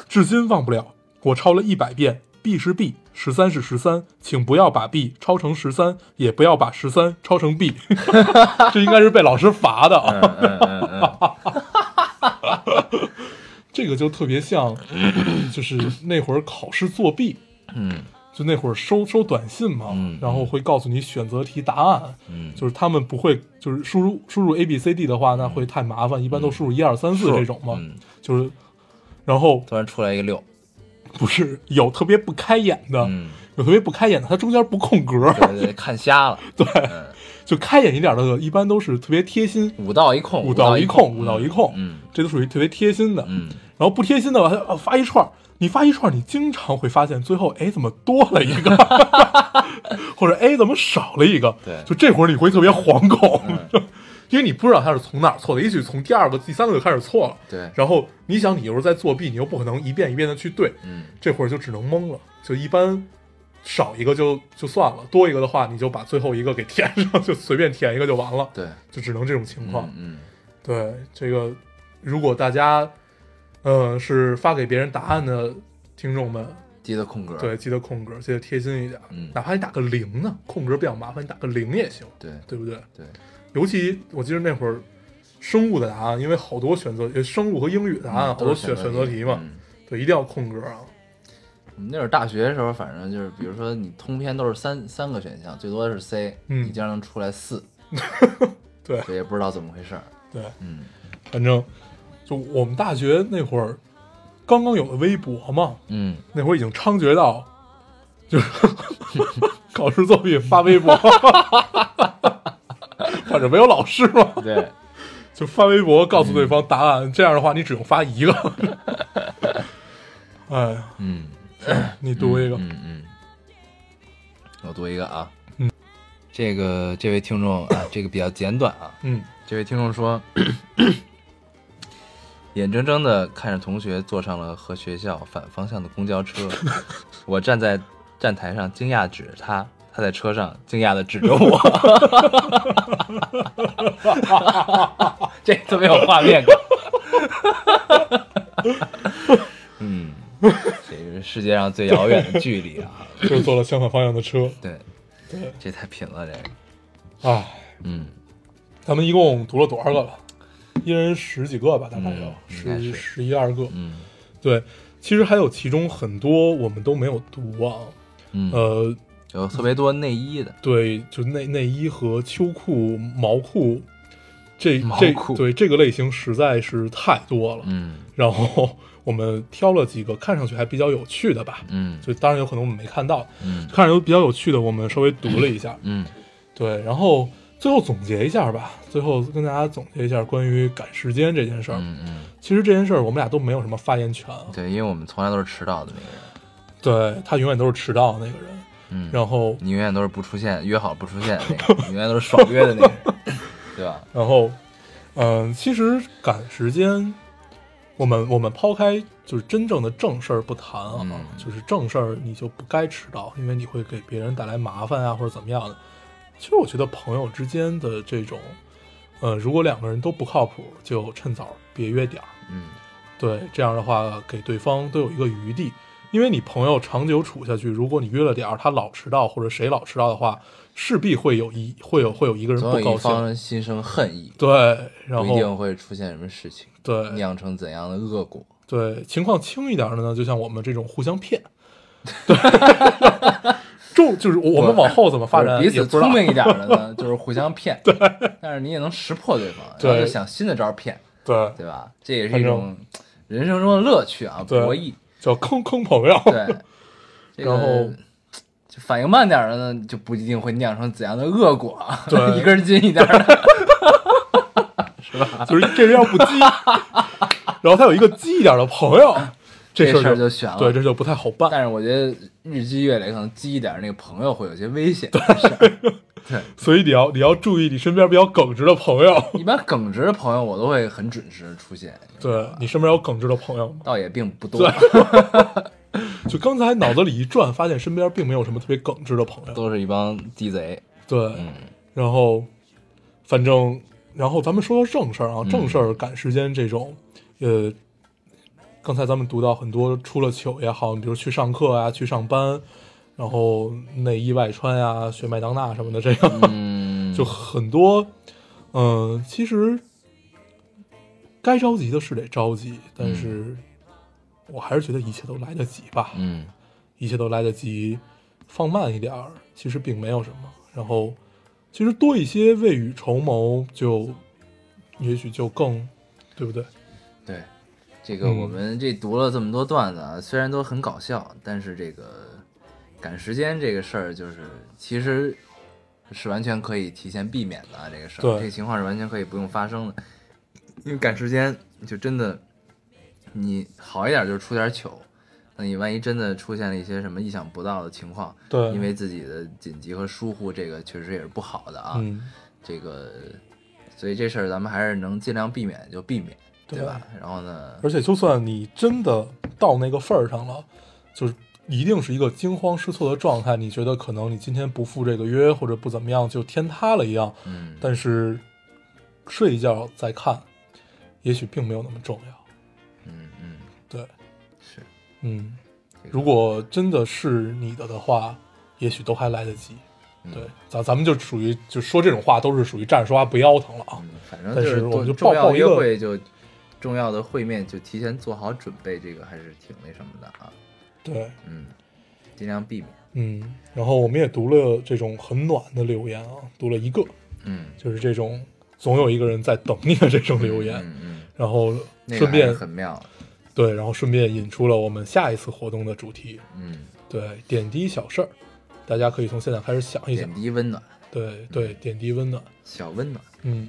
至今忘不了。我抄了一百遍，B 是 B，十三是十三，请不要把 B 抄成十三，也不要把十三抄成 B。这应该是被老师罚的
嗯
啊！这个就特别 像，就是那会儿考试作弊，
嗯
就那会儿收收短信嘛，
嗯
然后会告诉你选择题答案，
嗯，
就是他们不会，就是输入输入 A B C D 的话，那会太麻烦，一般都输入一二三四这种嘛，
嗯，
就是，然后
突然出来一个六，
不是有特别不开眼的，
嗯，
有特别不开眼的，它中间不空格，
对对，对看瞎了，对，嗯
就开眼一点的，一般都是特别贴心，
五道一空，
五
道
道一空，五道一空，
嗯
这都属于特别贴心的，
嗯，
然后不贴心的吧，他哦发一串儿，你发一串儿，你经常会发现最后哎怎么多了一个， 或者哎怎么少了一个，
对嗯
就这会儿你会特别惶恐，因为你不知道他是从哪儿错的，也许从第二个、第三个就开始错了，
对，
然后你想你又是在作弊，你又不可能一遍一遍的去对，
嗯
这会儿就只能懵了，就一般。少一个就就算了，多一个的话，你就把最后一个给填上，就随便填一个就完了，
对，
就只能这种情况。
嗯嗯
对这个，如果大家呃是发给别人答案的听众们，
记得空格，
对，记得空格，记得贴心一点，
嗯
哪怕你打个零呢，空格比较麻烦，你打个零也行，
对
对不对？
对，
尤其我记得那会儿生物的答案，因为好多选择，呃生物和英语答案、好多
嗯都
选
是
选择题嘛，
嗯
对，一定要空格啊。
我们那会儿大学的时候，反正就是，比如说你通篇都是三三个选项，最多是 C，、
嗯
你竟然能出来四，
对
所以也不知道怎么回 事儿。
对，
嗯
反正就我们大学那会儿刚刚有了微博嘛，
嗯，
那会儿已经猖獗到，就是 考试作弊发微博， 反正没有老师嘛，
对，
就发微博告诉对方答案。这样的话，你只用发一个。 哎呀，
嗯，
你读一个，
嗯嗯，我读一个啊，
嗯，
这个这位听众啊，这个比较简短啊，
嗯
这位听众说， 眼睁睁的看着同学坐上了和学校 反方向的公交车，我站在站台上惊讶指着他，他在车上惊讶的指着我， 这特别有画面感。 嗯，这是世界上最遥远的距离啊！
就是坐了相反方向的车。
对，这太贫了，这个，
哎，
嗯，
咱们一共读了多少个了？一人十几个吧，大概有
嗯应该
十
是
十一二个。
嗯
对，其实还有其中很多我们都没有读啊。
嗯，
呃，
有特别多内衣的，
对，就内内衣和秋裤、毛裤，这
毛
这
裤
对这个类型实在是太多了。
嗯
然后我们挑了几个看上去还比较有趣的吧，
嗯
就当然有可能我们没看到，
嗯
看着有比较有趣的，我们稍微读了一下。
嗯
对，然后最后总结一下吧，最后跟大家总结一下关于赶时间这件事儿。
嗯嗯，
其实这件事儿我们俩都没有什么发言权啊，
对，因为我们从来都是迟到的那个人，
对他永远都是迟到的那个人。
嗯，
然后，
你永远都是不出现，约好不出现的那 个，你永远都是爽约的那个人，对吧？
然后，嗯、其实赶时间，我们我们抛开就是真正的正事儿不谈啊，
嗯
就是正事儿你就不该迟到，因为你会给别人带来麻烦啊，或者怎么样的。其实我觉得朋友之间的这种，呃，如果两个人都不靠谱，就趁早别约点儿。
嗯
对，这样的话给对方都有一个余地，因为你朋友长久处下去，如果你约了点儿，他老迟到或者谁老迟到的话，势必会有一会有会有一个人
总
不
有一
高兴。
方心生恨意，
对，然
不一定
后
会出现什么事情，
对
酿成怎样的恶果？
对，情况轻一点的呢，就像我们这种互相 骗，对，重就是我们往后怎么发展
或者彼
也
此
不知道
聪。明一点 的呢，就是互相骗，对，但是你也能识破对方，然后
对
就想新的招儿骗，
对，
对吧？这也是
反
一
正
种人生中的乐趣啊，
对
博弈。
叫坑坑朋友。
对，这个
然后
就反应慢点儿的呢，就不一定会酿成怎样的恶果啊。
对
一根筋一点儿的，
就是这人要不激，然后他有一个激一点的朋友，这
这事
儿
儿就悬了
对，这就不太好办。
但是我觉得日积月累，可能积一点儿那个朋友会有些危险。这事儿
所以你要你要注意你身边比较耿直的朋友。
一般耿直的朋友，我都会很准时出现，
对你身边有耿直的朋友吗？
倒也并不多，
就刚才脑子里一转，发现身边并没有什么特别耿直的朋友。
都是一帮 地贼。
对，然后反正然后咱们说说正事儿啊，正事儿赶时间这种，呃，刚才咱们读到很多出了糗也好，你比如去上课啊，去上班，然后内衣外穿呀、学麦当娜什么的，这个、
嗯，
就很多，嗯、其实该着急的是得着急，但是我还是觉得一切都来得及吧，
嗯
一切都来得及，放慢一点儿，其实并没有什么。然后，其实多一些未雨绸缪就，也许就更，对不对？
对，这个
嗯
我们这读了这么多段子啊，虽然都很搞笑，但是这个赶时间这个事儿，就是其实是完全可以提前避免的、啊、这个事儿，
对
这个情况是完全可以不用发生的，因为赶时间就真的，你好一点就是出点糗。那你万一真的出现了一些什么意想不到的情况，
对，
因为自己的紧急和疏忽，这个确实也是不好的啊。
嗯，
这个，所以这事儿咱们还是能尽量避免就避免，对
对
吧？然后呢，
而且就算你真的到那个份儿上了，就是。一定是一个惊慌失措的状态，你觉得可能你今天不赴这个约，或者不怎么样，就天塌了一样。
嗯，
但是睡一觉再看，也许并没有那么重要。
嗯嗯，
对，
是，
嗯，
这个
如果真的是你的的话，也许都还来得及。
嗯
对，咱咱们就属于就说这种话都是属于站着说话不腰疼了啊。
嗯反正
但
就是
我们
重
就
重
报
要
报一
约
个
会就重要的会面就提前做好准备，这个还是挺那什么的啊，
对，
嗯，尽量避免，
嗯，然后我们也读了这种很暖的留言啊，读了一个，
嗯，
就是这种总有一个人在等你的这种留言，
嗯嗯，
然后
那
顺
个还是
便、
很妙，
对，然后顺便引出了我们下一次活动的主题，
嗯，
对，点滴小事儿，大家可以从现在开始想一想
点，滴温暖，
对对，点滴温暖，
小温暖。
嗯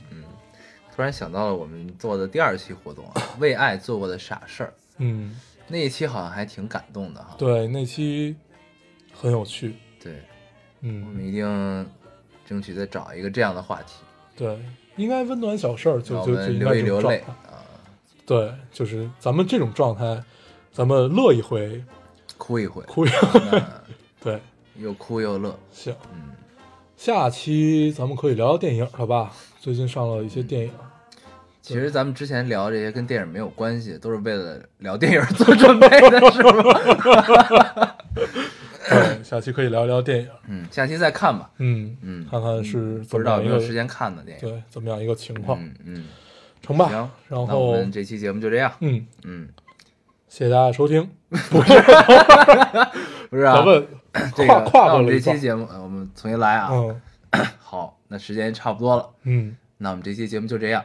突然想到了我们做的第二期活动啊，为爱做过的傻事儿。
嗯，
那一期好像还挺感动的哈。
对，那期很有趣，
对，我
嗯，
们一定争取再找一个这样的话题，
对，应该温暖小事儿就
让我
就就
们
应该
流一
这种
流
状
泪
态，
啊，
对，就是咱们这种状态，咱们乐一回，
哭一回，
哭一回，
那
对，
又哭又乐。
行，
嗯，
下期咱们可以聊聊电影了吧？最近上了一些电影，
其实咱们之前聊这些跟电影没有关系，都是为了聊电影做准备的，是吗？
对，下期可以聊聊电影，
嗯，下期再看吧。
嗯
嗯
看看是怎
不知
么
道
样
有
一
没有
个
时间看呢电影。
对怎么样一个情况，
嗯嗯，
成吧
行，，
然
那我
后
们这期节目就这样。
嗯，
嗯，
谢谢大家收听，
不是啊，
咱们
这
跨
个
跨
那我
过了
们这
一半
期，节目，呃我们重新来啊。
嗯
好，那时间也差不多了，
嗯，
那我们这期节目就这样，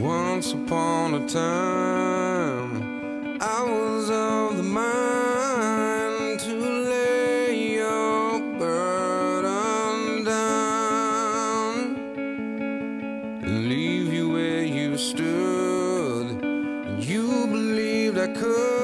Once upon a time, I was of the mind to lay your burden down and leave you where you stood. You believed I could.